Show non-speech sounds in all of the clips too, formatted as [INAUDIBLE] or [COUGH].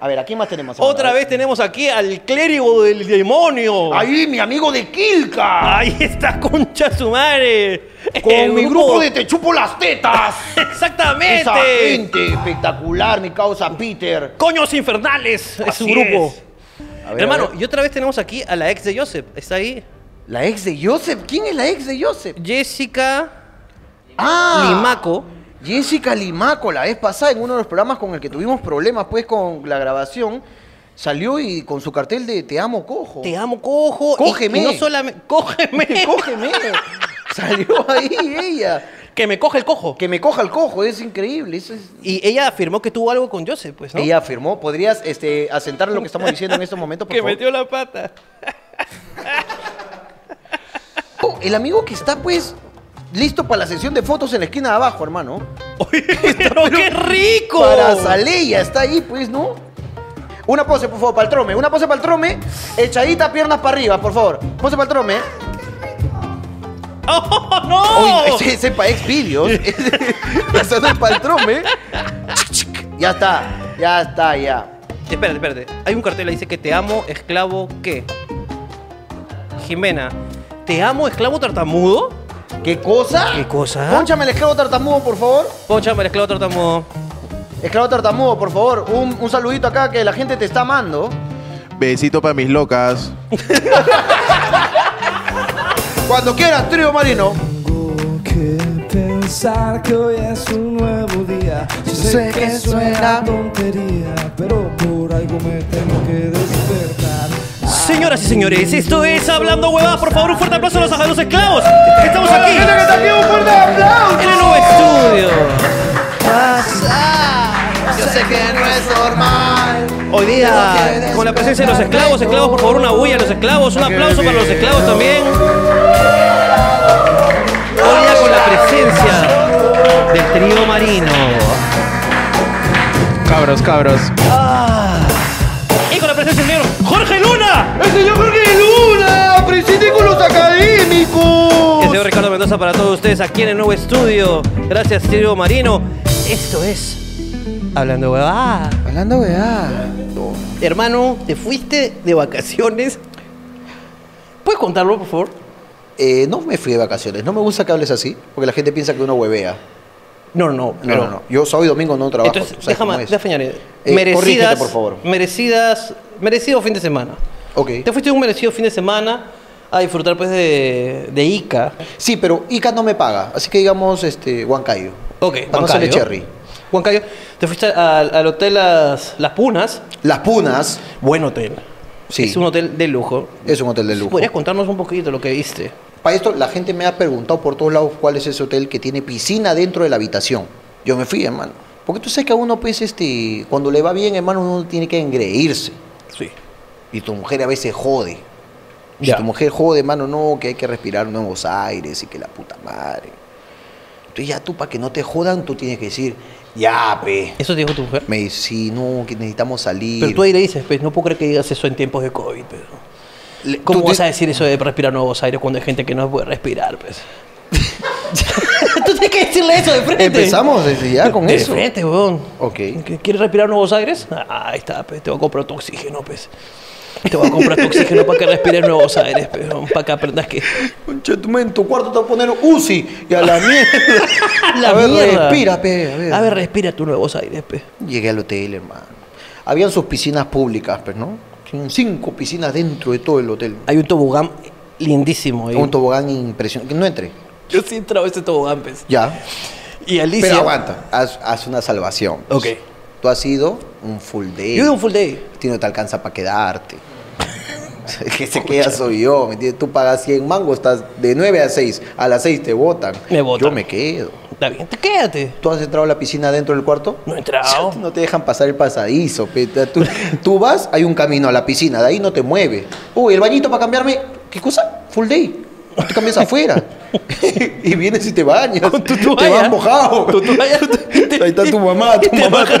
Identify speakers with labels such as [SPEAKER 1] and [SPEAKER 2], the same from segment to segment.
[SPEAKER 1] A ver, ¿a quién más tenemos? ahora?
[SPEAKER 2] Otra vez tenemos aquí al clérigo del demonio. [LAUGHS]
[SPEAKER 1] Ahí, mi amigo de Quilca.
[SPEAKER 2] Ahí está, concha su madre. El Este.
[SPEAKER 1] Con mi grupo de Te Chupo las Tetas.
[SPEAKER 2] Exactamente.
[SPEAKER 1] Esa gente espectacular, mi causa Peter.
[SPEAKER 2] Coños infernales es su
[SPEAKER 1] Así
[SPEAKER 2] grupo.
[SPEAKER 1] es. A ver,
[SPEAKER 2] Hermano,
[SPEAKER 1] a ver.
[SPEAKER 2] y otra vez tenemos aquí a la ex de Joseph. Está ahí.
[SPEAKER 1] ¿La ex de Joseph? ¿Quién es la ex de Joseph?
[SPEAKER 2] Jessica
[SPEAKER 1] Ah.
[SPEAKER 2] Limaco.
[SPEAKER 1] Jessica Limaco, la vez pasada, en uno de los programas con el que tuvimos problemas, pues, con la grabación, salió y con su cartel de Te amo, cojo.
[SPEAKER 2] Te amo, cojo. Y-
[SPEAKER 1] Cógeme.
[SPEAKER 2] y no solamente. [LAUGHS]
[SPEAKER 1] [LAUGHS]
[SPEAKER 2] Cógeme.
[SPEAKER 1] Cógeme. salió ahí ella.
[SPEAKER 2] que me coja el cojo.
[SPEAKER 1] Que me coja el cojo, es increíble. Eso es...
[SPEAKER 2] Y ella afirmó que tuvo algo con Joseph, pues, ¿no?
[SPEAKER 1] Ella afirmó, ¿podrías este, asentar lo que estamos diciendo en estos momentos, por
[SPEAKER 2] [LAUGHS] que
[SPEAKER 1] favor?
[SPEAKER 2] metió la pata.
[SPEAKER 1] Oh, el amigo que está, pues, listo para la sesión de fotos en la esquina de abajo, hermano.
[SPEAKER 2] Oye, pero qué rico.
[SPEAKER 1] Para Zaleya, está ahí, pues, ¿no? Una pose, por favor, para el trome. Una pose para el trome. Echadita, piernas para arriba, por favor. Pose para el trome.
[SPEAKER 2] ¡Oh, [LAUGHS] no!
[SPEAKER 1] Oye, ese, ese este para [LAUGHS] expidios. Eso no es para el trome. Ya está, ya está, ya.
[SPEAKER 2] Espérate, espérate. Hay un cartel que dice que te amo, esclavo, ¿qué? Jimena, ¿te amo, esclavo tartamudo?
[SPEAKER 1] ¿Qué cosa?
[SPEAKER 2] ¿Qué cosa?
[SPEAKER 1] Pónchame el esclavo tartamudo, por favor.
[SPEAKER 2] Ponchame el esclavo tartamudo.
[SPEAKER 1] Esclavo tartamudo, por favor. Un, un saludito acá que la gente te está amando.
[SPEAKER 3] Besito para mis locas.
[SPEAKER 1] Cuando quieras, trío marino.
[SPEAKER 4] Tengo que pensar que hoy es un nuevo día. Yo sé que suena tontería, pero por algo me tengo que despertar.
[SPEAKER 2] Señoras y señores, esto es Hablando Huevadas. Por favor, un fuerte aplauso a los, a los esclavos. Estamos aquí. En el nuevo estudio.
[SPEAKER 1] Ah, Yo sé que no es normal.
[SPEAKER 2] Hoy día, con la presencia de los esclavos, esclavos, por favor, una bulla a los esclavos. Un aplauso para los esclavos también. Hoy día, con la presencia del trío marino.
[SPEAKER 3] Cabros, cabros.
[SPEAKER 2] Y con la presencia del negro Jorge Luna.
[SPEAKER 1] ¡El señor Jorge Luna! ¡Presente con los académicos!
[SPEAKER 2] Y el señor Ricardo Mendoza para todos ustedes aquí en el nuevo estudio. Gracias, Tiro Marino. Esto es Hablando Huevada.
[SPEAKER 1] Hablando weá.
[SPEAKER 2] Hermano, ¿te fuiste de vacaciones? ¿Puedes contarlo, por favor?
[SPEAKER 1] Eh, no me fui de vacaciones. No me gusta que hables así, porque la gente piensa que uno huevea.
[SPEAKER 2] No, no,
[SPEAKER 1] No, no, no. Yo soy domingo, no trabajo.
[SPEAKER 2] Entonces,
[SPEAKER 1] tú sabes cómo
[SPEAKER 2] déjame,
[SPEAKER 1] es.
[SPEAKER 2] déjame añadir.
[SPEAKER 1] Eh, corrígete,
[SPEAKER 2] merecidas,
[SPEAKER 1] por favor.
[SPEAKER 2] merecidas, merecido fin de semana.
[SPEAKER 1] Ok.
[SPEAKER 2] Te fuiste un merecido fin de semana a disfrutar pues de, de Ica.
[SPEAKER 1] Sí, pero Ica no me paga. Así que digamos, este, Huancayo.
[SPEAKER 2] Ok,
[SPEAKER 1] Para no hacerle
[SPEAKER 2] Huancayo.
[SPEAKER 1] cherry.
[SPEAKER 2] Huancayo, te fuiste al, al hotel Las, Las Punas.
[SPEAKER 1] Las Punas
[SPEAKER 2] Buen hotel.
[SPEAKER 1] Sí.
[SPEAKER 2] Es un hotel de lujo.
[SPEAKER 1] es un hotel de lujo.
[SPEAKER 2] ¿Podrías contarnos un poquito lo que viste?
[SPEAKER 1] Para esto, la gente me ha preguntado por todos lados cuál es ese hotel que tiene piscina dentro de la habitación. Yo me fui, hermano. Porque tú sabes que a uno, pues, este, cuando le va bien, hermano, uno tiene que engreírse.
[SPEAKER 2] Sí.
[SPEAKER 1] Y tu mujer a veces jode. Y
[SPEAKER 2] Ya.
[SPEAKER 1] tu mujer jode, hermano, no, que hay que respirar nuevos aires y que la puta madre. Entonces ya tú, para que no te jodan, tú tienes que decir, ya, pe.
[SPEAKER 2] ¿Eso te dijo tu mujer?
[SPEAKER 1] Me dice, sí, no, que necesitamos salir.
[SPEAKER 2] Pero tú ahí le dices, pues, no puedo creer que digas eso en tiempos de COVID, pero...
[SPEAKER 1] Le-
[SPEAKER 2] ¿Cómo
[SPEAKER 1] tú
[SPEAKER 2] vas
[SPEAKER 1] te-
[SPEAKER 2] a decir eso de respirar nuevos aires cuando hay gente que no puede respirar,
[SPEAKER 1] [LAUGHS]
[SPEAKER 2] pues? Tú tienes que decirle eso de frente.
[SPEAKER 1] Empezamos desde ya con
[SPEAKER 2] de
[SPEAKER 1] eso.
[SPEAKER 2] frente, weón.
[SPEAKER 1] Ok.
[SPEAKER 2] ¿Qué- ¿Quieres respirar nuevos aires? Ah, ahí está, pues, te voy a comprar tu oxígeno, pues. Te voy a comprar tu oxígeno para que respires nuevos aires, pues, weón, para que aprendas que...
[SPEAKER 1] Concha de tu madre, en tu cuarto te va a poner UCI y a
[SPEAKER 2] [LAUGHS]
[SPEAKER 1] la mierda.
[SPEAKER 2] La
[SPEAKER 1] a ver,
[SPEAKER 2] mierda.
[SPEAKER 1] respira, pe, a ver.
[SPEAKER 2] A ver, respira tu nuevos aires, pues. pe.
[SPEAKER 1] Llegué al hotel, hermano. Habían sus piscinas públicas, pues, ¿no? Cinco piscinas dentro de todo el hotel.
[SPEAKER 2] Hay un tobogán lindísimo ahí.
[SPEAKER 1] [LAUGHS] Un tobogán impresionante. No entre.
[SPEAKER 2] Yo sí he entrado a ese tobogán, pues.
[SPEAKER 1] Ya.
[SPEAKER 2] Y Alicia...
[SPEAKER 1] Pero aguanta. Haz, haz una salvación. pues.
[SPEAKER 2] Ok.
[SPEAKER 1] Tú has sido un full day.
[SPEAKER 2] Yo de un full day.
[SPEAKER 1] A ti no te alcanza para quedarte.
[SPEAKER 2] [LAUGHS]
[SPEAKER 1] El que se queda soy yo, ¿me entiendes? Tú pagas 100 mangos, estás de 9 a 6. A las 6 te botan.
[SPEAKER 2] Me botan.
[SPEAKER 1] Yo me quedo.
[SPEAKER 2] Está bien, te quédate.
[SPEAKER 1] ¿Tú has entrado a la piscina dentro del cuarto?
[SPEAKER 2] No he entrado.
[SPEAKER 5] [LAUGHS]
[SPEAKER 1] No te dejan pasar el pasadizo. pe. Tú, tú vas, hay un camino a la piscina, de ahí no te mueve. Uy, el bañito para cambiarme. ¿Qué cosa? Full day. Tú te cambias
[SPEAKER 2] [LAUGHS]
[SPEAKER 1] afuera. [LAUGHS] y vienes y te bañas.
[SPEAKER 2] Con tu
[SPEAKER 1] te
[SPEAKER 2] toalla.
[SPEAKER 1] vas mojado.
[SPEAKER 2] Con tu toalla.
[SPEAKER 1] [LAUGHS] Ahí está tu mamá, tu
[SPEAKER 2] Te
[SPEAKER 1] mamá. [LAUGHS]
[SPEAKER 2] bajas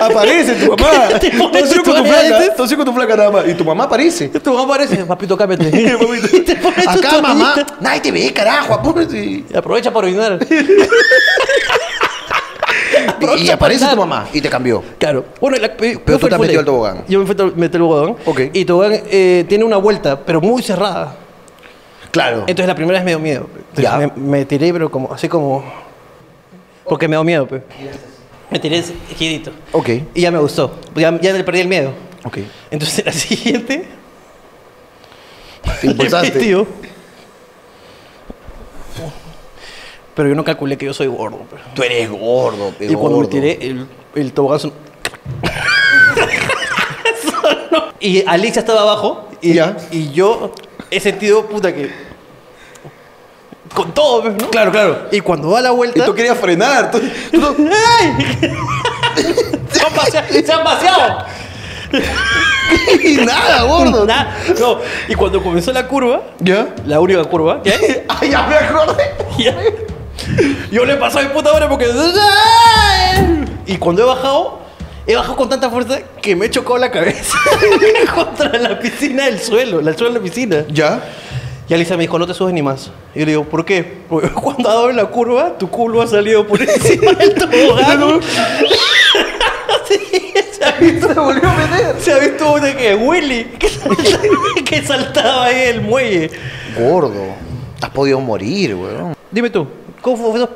[SPEAKER 1] aparece
[SPEAKER 2] [LAUGHS]
[SPEAKER 1] tu mamá.
[SPEAKER 2] Te pones
[SPEAKER 1] Tú has sido
[SPEAKER 2] tu
[SPEAKER 1] con tu
[SPEAKER 2] toalla,
[SPEAKER 1] flaca.
[SPEAKER 2] dices.
[SPEAKER 1] Tú has sido con tu flaca nada más. Y tu mamá aparece.
[SPEAKER 2] Tu mamá aparece. Papito, cámbiate.
[SPEAKER 1] [LAUGHS]
[SPEAKER 5] [LAUGHS]
[SPEAKER 2] Y te pones tu
[SPEAKER 1] Acá,
[SPEAKER 2] toallita.
[SPEAKER 1] mamá.
[SPEAKER 2] [LAUGHS]
[SPEAKER 1] Nadie te ve, carajo. Apúrate.
[SPEAKER 2] Y aprovecha para orinar.
[SPEAKER 1] Y, y aparece tu mamá y te cambió.
[SPEAKER 5] Claro. Bueno, la- eh, yo
[SPEAKER 1] tú
[SPEAKER 5] fui
[SPEAKER 1] te has
[SPEAKER 5] full
[SPEAKER 1] metido
[SPEAKER 5] day.
[SPEAKER 1] al tobogán.
[SPEAKER 5] Yo me fui al- metí al tobogán.
[SPEAKER 1] Ok.
[SPEAKER 5] Y el tobogán eh, tiene una vuelta, pero muy cerrada.
[SPEAKER 1] Claro.
[SPEAKER 5] Entonces la primera vez me dio miedo. Entonces,
[SPEAKER 1] Ya.
[SPEAKER 5] Me, me tiré, pero como, así como. Porque me dio miedo, pe. Me tiré quedito.
[SPEAKER 1] Ok.
[SPEAKER 5] Y ya me gustó. Ya, ya le perdí el miedo.
[SPEAKER 1] Ok.
[SPEAKER 5] Entonces [LAUGHS] la siguiente.
[SPEAKER 1] Te impulsaste.
[SPEAKER 5] tío. Pero yo no calculé que yo soy gordo. pe.
[SPEAKER 1] Tú eres gordo, pe,
[SPEAKER 5] Y cuando me
[SPEAKER 1] gordo.
[SPEAKER 5] tiré, el, el tobogán sonó. Sonó. Y Alicia estaba abajo. Y,
[SPEAKER 1] Ya.
[SPEAKER 5] y yo he sentido, puta, que. Con todo, pues, ¿no? Claro, claro. Y cuando da la
[SPEAKER 1] Y
[SPEAKER 5] vuelta.
[SPEAKER 1] tú querías frenar. tú-
[SPEAKER 5] ¡Ay! se, han pasea- se han paseado.
[SPEAKER 1] y nada, gordo.
[SPEAKER 5] Nah, no. Y cuando comenzó la curva,
[SPEAKER 1] ¿Ya?
[SPEAKER 5] la única curva, ¿ya?
[SPEAKER 1] [LAUGHS] Ay, ya me acordé.
[SPEAKER 5] Ya. Yo le pasaba de puta hora porque. ¡Ay! Y cuando he bajado, he bajado con tanta fuerza que me he chocado la cabeza [LAUGHS] contra la piscina del suelo, la suelo de la piscina.
[SPEAKER 1] ¿Ya?
[SPEAKER 5] Y Alicia me dijo, no te subes ni más. Y yo le digo, ¿por qué? Porque [LAUGHS] cuando ha dado en la curva, tu culo ha salido por [LAUGHS] encima del tobogán.
[SPEAKER 1] [LAUGHS]
[SPEAKER 5] [LAUGHS] Sí, se ha visto-
[SPEAKER 1] Se volvió a meter.
[SPEAKER 5] se ha visto una que Willy que [LAUGHS] saltaba, que saltaba ahí del muelle.
[SPEAKER 1] Gordo. Has podido morir, weón.
[SPEAKER 5] Dime tú, ¿cómo fue, tu-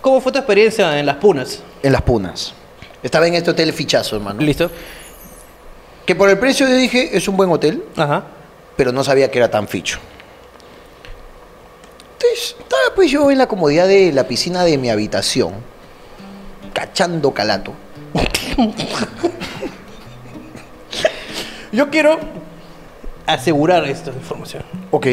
[SPEAKER 5] cómo fue tu experiencia en las punas?
[SPEAKER 1] En las punas. Estaba en este hotel fichazo, hermano.
[SPEAKER 5] ¿Listo?
[SPEAKER 1] Que por el precio yo dije, es un buen hotel,
[SPEAKER 5] Ajá.
[SPEAKER 1] pero no sabía que era tan ficho. Entonces, estaba pues yo en la comodidad de la piscina de mi habitación, cachando calato.
[SPEAKER 5] Yo quiero asegurar esta información.
[SPEAKER 1] Ok.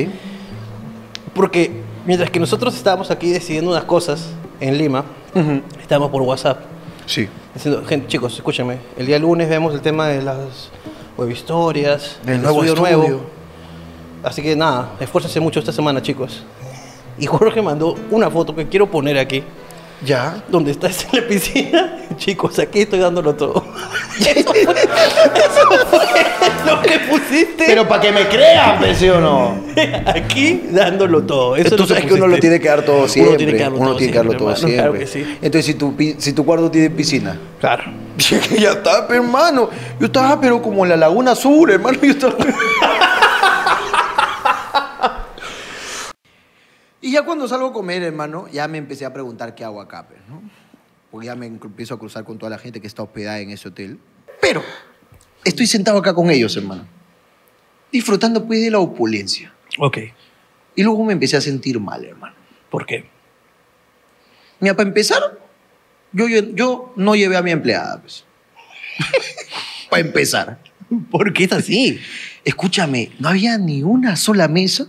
[SPEAKER 5] Porque mientras que nosotros estábamos aquí decidiendo unas cosas en Lima, estábamos por WhatsApp
[SPEAKER 1] Sí.
[SPEAKER 5] diciendo, gente, chicos, escúchame, el día lunes vemos el tema de las web historias,
[SPEAKER 1] Del nuevo estudio.
[SPEAKER 5] Así que nada, esfuércense mucho esta semana, chicos. Y Jorge mandó una foto que quiero poner aquí.
[SPEAKER 1] Ya.
[SPEAKER 5] donde [LAUGHS] estás en la piscina, chicos, aquí estoy dándolo todo. [LAUGHS] Eso fue, eso fue lo que pusiste.
[SPEAKER 1] Pero para que me crean, pues, ¿sí o no?
[SPEAKER 2] [LAUGHS]
[SPEAKER 5] aquí dándolo todo. Eso es
[SPEAKER 1] Tú
[SPEAKER 5] lo
[SPEAKER 1] sabes que uno
[SPEAKER 5] pusiste.
[SPEAKER 1] lo tiene que dar todo siempre.
[SPEAKER 5] Uno tiene que darlo todo
[SPEAKER 1] tiene que darlo
[SPEAKER 5] siempre,
[SPEAKER 1] todo siempre.
[SPEAKER 5] hermano, Claro que sí.
[SPEAKER 1] Entonces, si tu, pi- si tu cuarto tiene piscina. [LAUGHS]
[SPEAKER 5] Claro.
[SPEAKER 1] que ya estaba, pero, hermano. Yo estaba, pero como en la Laguna Sur, hermano. Yo estaba. [LAUGHS] y ya cuando salgo a comer, hermano, ya me empecé a preguntar qué hago acá, pues, ¿no? Porque ya me cru- empiezo a cruzar con toda la gente que está hospedada en ese hotel. Pero estoy sentado acá con ellos, hermano. Disfrutando, pues, de la opulencia.
[SPEAKER 5] Ok.
[SPEAKER 1] Y luego me empecé a sentir mal, hermano.
[SPEAKER 5] ¿Por qué?
[SPEAKER 1] Mira, para empezar, yo, yo, yo no llevé a mi empleada, pues. [LAUGHS] para empezar.
[SPEAKER 5] ¿Por qué es así?
[SPEAKER 1] Escúchame, no había ni una sola mesa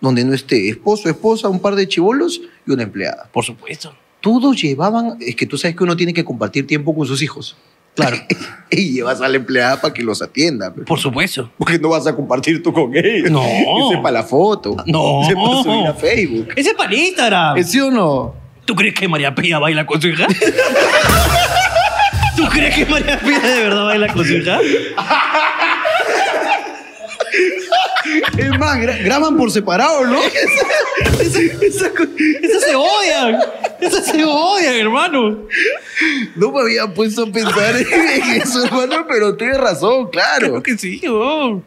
[SPEAKER 1] donde no esté esposo, esposa, un par de chivolos y una empleada.
[SPEAKER 5] Por supuesto.
[SPEAKER 1] Todos llevaban, es que tú sabes que uno tiene que compartir tiempo con sus hijos.
[SPEAKER 5] Claro.
[SPEAKER 1] [LAUGHS] y llevas a la empleada para que los atienda. pues.
[SPEAKER 5] Por supuesto.
[SPEAKER 1] Porque no vas a compartir tú con ellos.
[SPEAKER 5] No.
[SPEAKER 1] Ese es para la foto.
[SPEAKER 5] No.
[SPEAKER 1] Ese es para subir a Facebook.
[SPEAKER 5] Ese es para Instagram.
[SPEAKER 1] ¿Sí o no?
[SPEAKER 5] ¿Tú crees que María Pía baila con su hija? ¿Tú crees que María Pía de verdad baila con su hija?
[SPEAKER 1] Es más, gra- graban por separado, ¿no?
[SPEAKER 5] Esas se odian. Esas se odian, hermano.
[SPEAKER 1] No me había puesto a pensar en eso, hermano, pero tienes razón, claro.
[SPEAKER 5] Claro que sí, weón.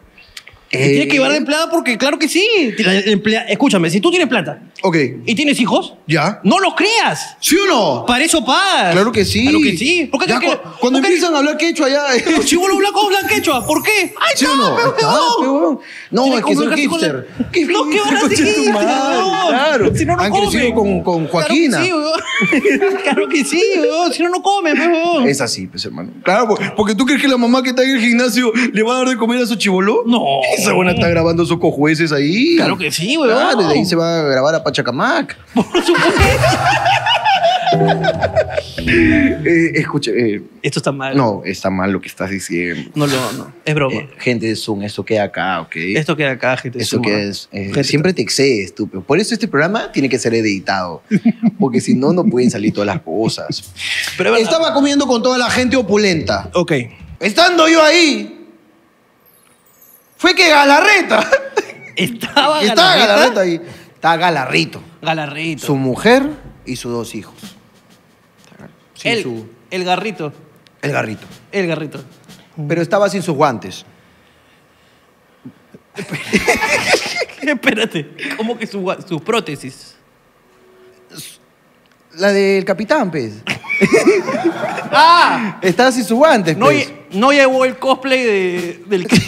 [SPEAKER 1] Eh.
[SPEAKER 5] Tienes que llevar de empleada porque, claro que sí. La emplea- Escúchame, si tú tienes plata
[SPEAKER 1] Ok,
[SPEAKER 5] y tienes hijos,
[SPEAKER 1] ¿ya?
[SPEAKER 5] no los creas.
[SPEAKER 1] ¿Sí o no?
[SPEAKER 5] Para eso pagas.
[SPEAKER 1] Claro que sí.
[SPEAKER 5] Claro que sí. ¿Por qué
[SPEAKER 1] Ya
[SPEAKER 5] crees
[SPEAKER 1] cu-
[SPEAKER 5] que-
[SPEAKER 1] cuando
[SPEAKER 5] por qué-
[SPEAKER 1] empiezan a hablar quechua
[SPEAKER 5] [LAUGHS]
[SPEAKER 1] ya... eh,
[SPEAKER 5] Los chivolos blancos hablan quechua. ¿Por qué? ¡Ay,
[SPEAKER 1] ¿Sí o
[SPEAKER 5] no,
[SPEAKER 1] no?
[SPEAKER 5] pero,
[SPEAKER 1] Está,
[SPEAKER 5] weón.
[SPEAKER 1] pe, weón. No,
[SPEAKER 5] Tiene
[SPEAKER 1] es que son
[SPEAKER 5] comunicarse con la-
[SPEAKER 1] hipster.
[SPEAKER 5] No, que van a
[SPEAKER 1] Concha
[SPEAKER 5] ser
[SPEAKER 1] tu
[SPEAKER 5] hipster,
[SPEAKER 1] madre,
[SPEAKER 5] weón.
[SPEAKER 1] Claro.
[SPEAKER 5] Si no, no
[SPEAKER 1] Han
[SPEAKER 5] comen.
[SPEAKER 1] crecido con, con Joaquina.
[SPEAKER 5] Claro que sí, weón. [LAUGHS] Claro que sí, weón. Si no, no comen, pe, weón.
[SPEAKER 1] es así, pues, hermano. Claro, po- porque tú crees que la mamá que está en el gimnasio le va a dar de comer a su chivolo.
[SPEAKER 5] No.
[SPEAKER 1] Esa buena está grabando sus cojueces ahí.
[SPEAKER 5] Claro que sí, weón.
[SPEAKER 1] Claro, desde ahí se va a grabar a Pachacamac.
[SPEAKER 5] [LAUGHS] Por supuesto.
[SPEAKER 1] [LAUGHS] Eh, escuche, eh,
[SPEAKER 5] Esto está mal.
[SPEAKER 1] no, está mal lo que estás diciendo.
[SPEAKER 5] No lo, no. Es broma.
[SPEAKER 1] Eh, gente de Zoom, esto queda acá, ¿ok?
[SPEAKER 5] Esto queda acá, gente.
[SPEAKER 1] Eso
[SPEAKER 5] suma.
[SPEAKER 1] que es. eh,
[SPEAKER 5] Gente-
[SPEAKER 1] siempre te excedes, estúpido. Por eso este programa tiene que ser
[SPEAKER 5] [LAUGHS]
[SPEAKER 1] editado. Porque si no, no pueden salir todas las cosas.
[SPEAKER 5] Pero es verdad.
[SPEAKER 1] Estaba comiendo con toda la gente opulenta.
[SPEAKER 5] Ok.
[SPEAKER 1] Estando yo ahí, fue que Galarreta. [LAUGHS] Estaba
[SPEAKER 5] Estaba Galarreta.
[SPEAKER 1] Galarreta ahí. Estaba Galarrito.
[SPEAKER 5] Galarreta.
[SPEAKER 1] Su mujer y sus dos hijos.
[SPEAKER 6] Sí,
[SPEAKER 2] el,
[SPEAKER 6] su-
[SPEAKER 2] el garrito.
[SPEAKER 6] El garrito.
[SPEAKER 2] El garrito. [LAUGHS]
[SPEAKER 5] Mm.
[SPEAKER 6] Pero estaba sin sus guantes.
[SPEAKER 2] Espérate. ¿Cómo que su gua- sus prótesis?
[SPEAKER 6] La del capitán, pues.
[SPEAKER 2] ¡Ah!
[SPEAKER 6] Estaba sin sus guantes,
[SPEAKER 2] No,
[SPEAKER 6] pues.
[SPEAKER 2] lle- no llevó el cosplay de-
[SPEAKER 1] [LAUGHS]
[SPEAKER 2] del, que-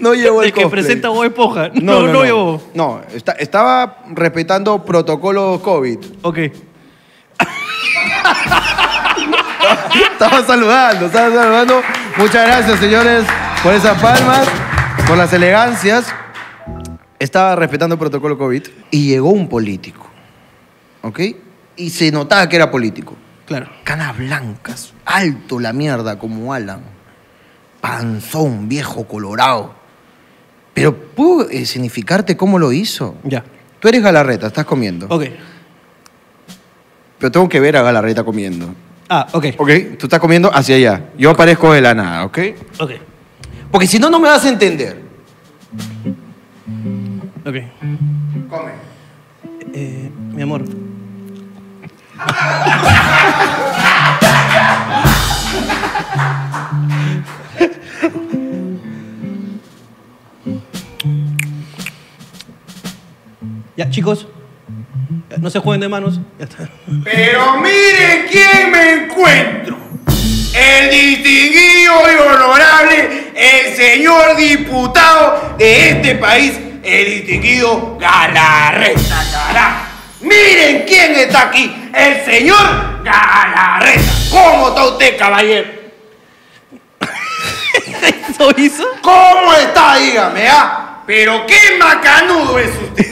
[SPEAKER 6] No llevó el
[SPEAKER 2] del que
[SPEAKER 6] cosplay.
[SPEAKER 2] presenta Bob Esponja. No, no, llevó.
[SPEAKER 6] No, está- estaba respetando protocolo COVID.
[SPEAKER 2] Ok.
[SPEAKER 6] Estaba saludando, estaba saludando. Muchas gracias, señores, por esas palmas, por las elegancias. Estaba respetando el protocolo COVID. Y llegó un político, ¿ok? Y se notaba que era político.
[SPEAKER 2] Claro.
[SPEAKER 6] Canas blancas, alto la mierda como Alan. Panzón, viejo colorado. Pero puedo eh, significarte cómo lo hizo.
[SPEAKER 2] Ya.
[SPEAKER 6] Tú eres Galarreta, estás comiendo.
[SPEAKER 2] Ok.
[SPEAKER 6] Pero tengo que ver a Galarreta comiendo.
[SPEAKER 2] Ah, ok.
[SPEAKER 6] Ok, tú estás comiendo hacia allá. Yo aparezco de la nada, ¿ok?
[SPEAKER 2] Ok.
[SPEAKER 6] Porque si no, no me vas a entender.
[SPEAKER 2] Ok.
[SPEAKER 6] Come.
[SPEAKER 2] Eh, mi amor. Ya, chicos. Ya, No se jueguen de manos. Ya está.
[SPEAKER 7] Pero miren quién me encuentro. El distinguido y honorable, el señor diputado de este país, el distinguido Galarreta, carajo. Miren quién está aquí, el señor Galarreta. ¿Cómo está usted, caballero?
[SPEAKER 2] [LAUGHS] ¿Eso hizo?
[SPEAKER 7] ¿Cómo está? Dígame, ¿ah? Pero qué macanudo es usted.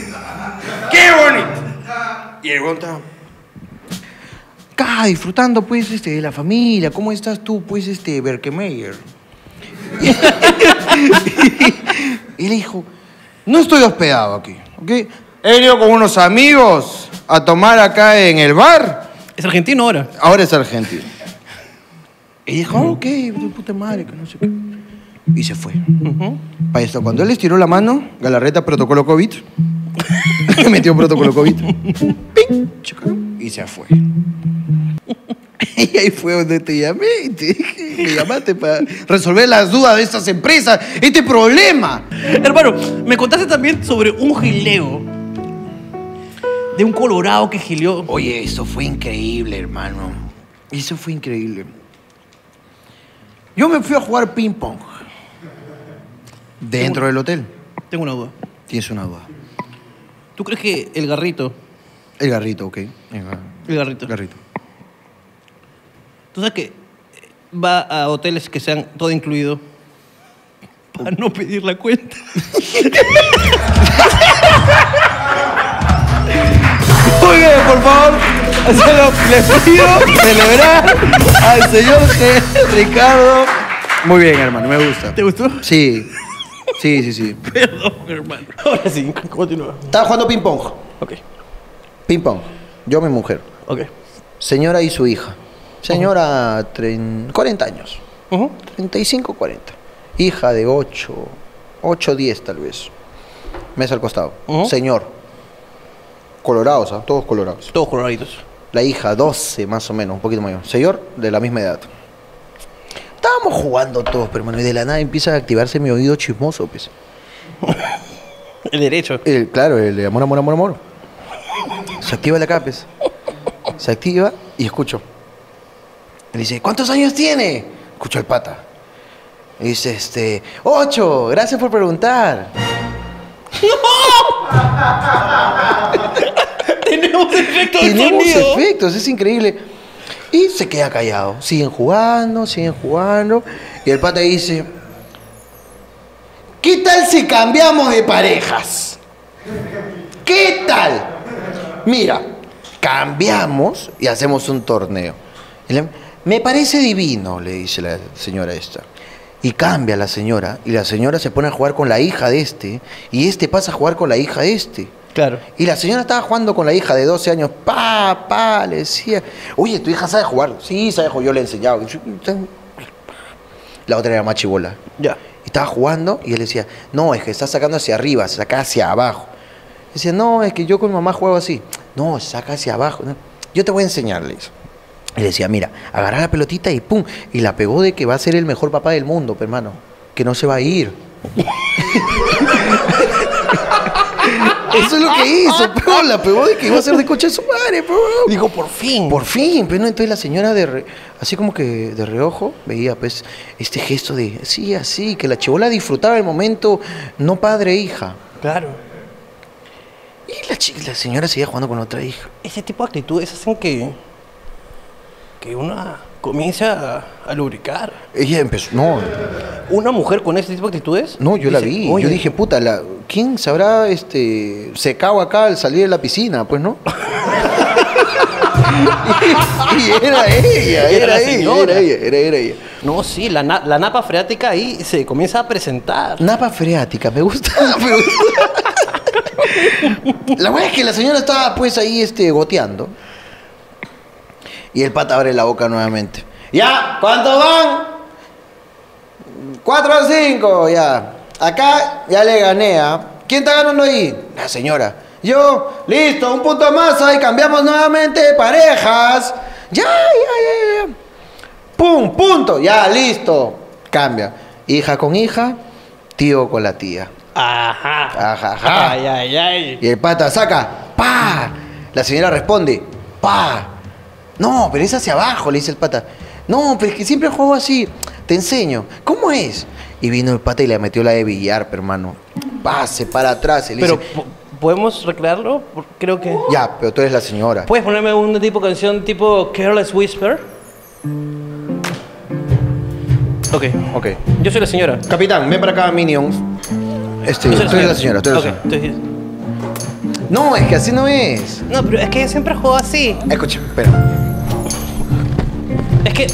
[SPEAKER 7] Qué bonito. Y el huevón está-
[SPEAKER 6] Acá, disfrutando, pues, este, de la familia. ¿Cómo estás tú, pues, este, Berkemeyer? [LAUGHS] y le dijo, no estoy hospedado aquí, ¿ok? He venido con unos amigos a tomar acá en el bar.
[SPEAKER 2] Es argentino ahora.
[SPEAKER 6] Ahora es argentino. Y dijo, ok, de puta madre, que no sé qué. Y se fue. Para esto, cuando él estiró la mano, Galarreta protocolo COVID. [LAUGHS] metió protocolo COVID. Ping, chocaron, y se fue. [LAUGHS] Y ahí fue donde te llamé y te dije, me llamaste para resolver las dudas de estas empresas, este problema.
[SPEAKER 2] Hermano, me contaste también sobre un gileo. De un colorado que gileó.
[SPEAKER 6] Oye, eso fue increíble, hermano. Eso fue increíble. Yo me fui a jugar ping pong. Dentro del hotel.
[SPEAKER 2] Tengo una duda.
[SPEAKER 6] Tienes una duda.
[SPEAKER 2] ¿Tú crees que el garrito,
[SPEAKER 6] El garrito, ok. El gar-
[SPEAKER 2] el garrito,
[SPEAKER 6] garrito.
[SPEAKER 2] tú sabes que va a hoteles que sean todo incluido para no pedir la cuenta?
[SPEAKER 6] Muy bien, por favor. Solo les pido celebrar al señor G. Ricardo. Muy bien, hermano, me gusta.
[SPEAKER 2] ¿Te gustó?
[SPEAKER 6] Sí. Sí, sí, sí.
[SPEAKER 2] Perdón, hermano. Ahora sí, continúa.
[SPEAKER 6] Estaba jugando ping pong.
[SPEAKER 2] Ok,
[SPEAKER 6] Ping pong. Yo, mi mujer.
[SPEAKER 2] ok.
[SPEAKER 6] Señora y su hija. Señora, tren- 40 años. 35, 40. Hija de 8, 8, 10 tal vez. Mesa al costado.
[SPEAKER 2] Ujú.
[SPEAKER 6] Señor. Colorados, ¿ah? todos colorados.
[SPEAKER 2] Todos coloraditos.
[SPEAKER 6] La hija, 12 más o menos, un poquito mayor. Señor, de la misma edad. Estábamos jugando todos, pero hermano, y de la nada empieza a activarse mi oído chismoso, pues.
[SPEAKER 2] El derecho.
[SPEAKER 6] El- claro, el de amor, amor, amor, amor. Se activa la capes. Se activa y escucho. Le dice, ¿cuántos años tiene? Escucho al pata. Y dice, este, ocho, gracias por preguntar.
[SPEAKER 2] [LAUGHS] Tenemos efecto de
[SPEAKER 6] Tenemos
[SPEAKER 2] sonido.
[SPEAKER 6] efectos, es increíble. Y se queda callado. Siguen jugando, siguen jugando. Y el pata dice, ¿qué tal si cambiamos de parejas? ¿Qué tal? Mira, cambiamos y hacemos un torneo. Y le- Me parece divino, le dice la señora esta. Y cambia la señora. Y la señora se pone a jugar con la hija de este. Y este pasa a jugar con la hija de este.
[SPEAKER 2] Claro.
[SPEAKER 6] Y la señora estaba jugando con la hija de 12 años. Pa, pa, le decía. Oye, tu hija sabe jugar. Sí, sabe jugar. Yo le he enseñado. La otra era más chibola.
[SPEAKER 2] Ya.
[SPEAKER 6] Y estaba jugando y él decía, no, es que está sacando hacia arriba, saca hacia abajo. Decía, no, es que yo con mi mamá juego así. No, saca hacia abajo. ¿no? yo te voy a enseñarles. Y le decía, mira, agarra la pelotita y pum. Y la pegó de que va a ser el mejor papá del mundo, pe, hermano. Que no se va a ir. [LAUGHS] Eso es lo que hizo, pero la pegó de que iba a ser de coche de su madre, pero.
[SPEAKER 2] Digo, por fin.
[SPEAKER 6] Por fin, pero entonces la señora de re- así como que de reojo veía pues este gesto de sí, así, que la chivola disfrutaba el momento, no padre e hija.
[SPEAKER 2] Claro.
[SPEAKER 6] Y la, chi- la señora seguía jugando con otra hija.
[SPEAKER 2] Ese tipo de actitudes hacen que. que una comience a, a lubricar.
[SPEAKER 6] Ella empezó, no,
[SPEAKER 2] Una mujer con ese tipo de actitudes.
[SPEAKER 6] no, yo la
[SPEAKER 2] dice,
[SPEAKER 6] vi.
[SPEAKER 2] "Oye,
[SPEAKER 6] Yo dije, puta, la, ¿quién se habrá este secado acá al salir de la piscina? Pues no. [LAUGHS] y, y era
[SPEAKER 2] Era
[SPEAKER 6] ella,
[SPEAKER 2] la
[SPEAKER 6] era, ella,
[SPEAKER 2] señora.
[SPEAKER 6] era ella, era, era ella.
[SPEAKER 2] No, sí, la, na- la napa freática ahí se comienza a presentar.
[SPEAKER 6] Napa freática, me gusta, [LAUGHS] me gusta. La verdad es que la señora estaba pues ahí este, goteando. Y el pata abre la boca nuevamente. Ya, ¿cuánto van? Cuatro o cinco, ya. Acá ya le gané, ¿ah? ¿Quién está ganando ahí? La señora. Yo, listo, un punto más ahí, cambiamos nuevamente de parejas. Ya, ya, ya, ya. ¡Pum! ¡Punto! Ya, listo. Cambia. Hija con hija, tío con la tía.
[SPEAKER 2] Ajá.
[SPEAKER 6] Ajá, ajá.
[SPEAKER 2] Ay, ay, ay.
[SPEAKER 6] Y el pata saca, ¡pa! La señora responde, ¡pa! No, pero es hacia abajo, le dice el pata. No, pero es que siempre juego así. Te enseño. ¿Cómo es? Y vino el pata y le metió la de billar, pe, hermano. Pase para atrás. y le
[SPEAKER 2] Pero,
[SPEAKER 6] dice,
[SPEAKER 2] po- ¿podemos recrearlo? Por- Creo que.
[SPEAKER 6] ya, pero tú eres la señora.
[SPEAKER 2] ¿Puedes ponerme un tipo canción tipo Careless Whisper? Ok.
[SPEAKER 6] Ok.
[SPEAKER 2] Yo soy la señora.
[SPEAKER 6] Capitán, ven para acá, Minions. Este, tú
[SPEAKER 2] Yo soy
[SPEAKER 6] eres la señora, tú eres la
[SPEAKER 2] Ok,
[SPEAKER 6] señora.
[SPEAKER 2] estoy-
[SPEAKER 6] No, es que así no es.
[SPEAKER 2] No, pero es que yo siempre juego así.
[SPEAKER 6] Escucha, espera.
[SPEAKER 2] Es que.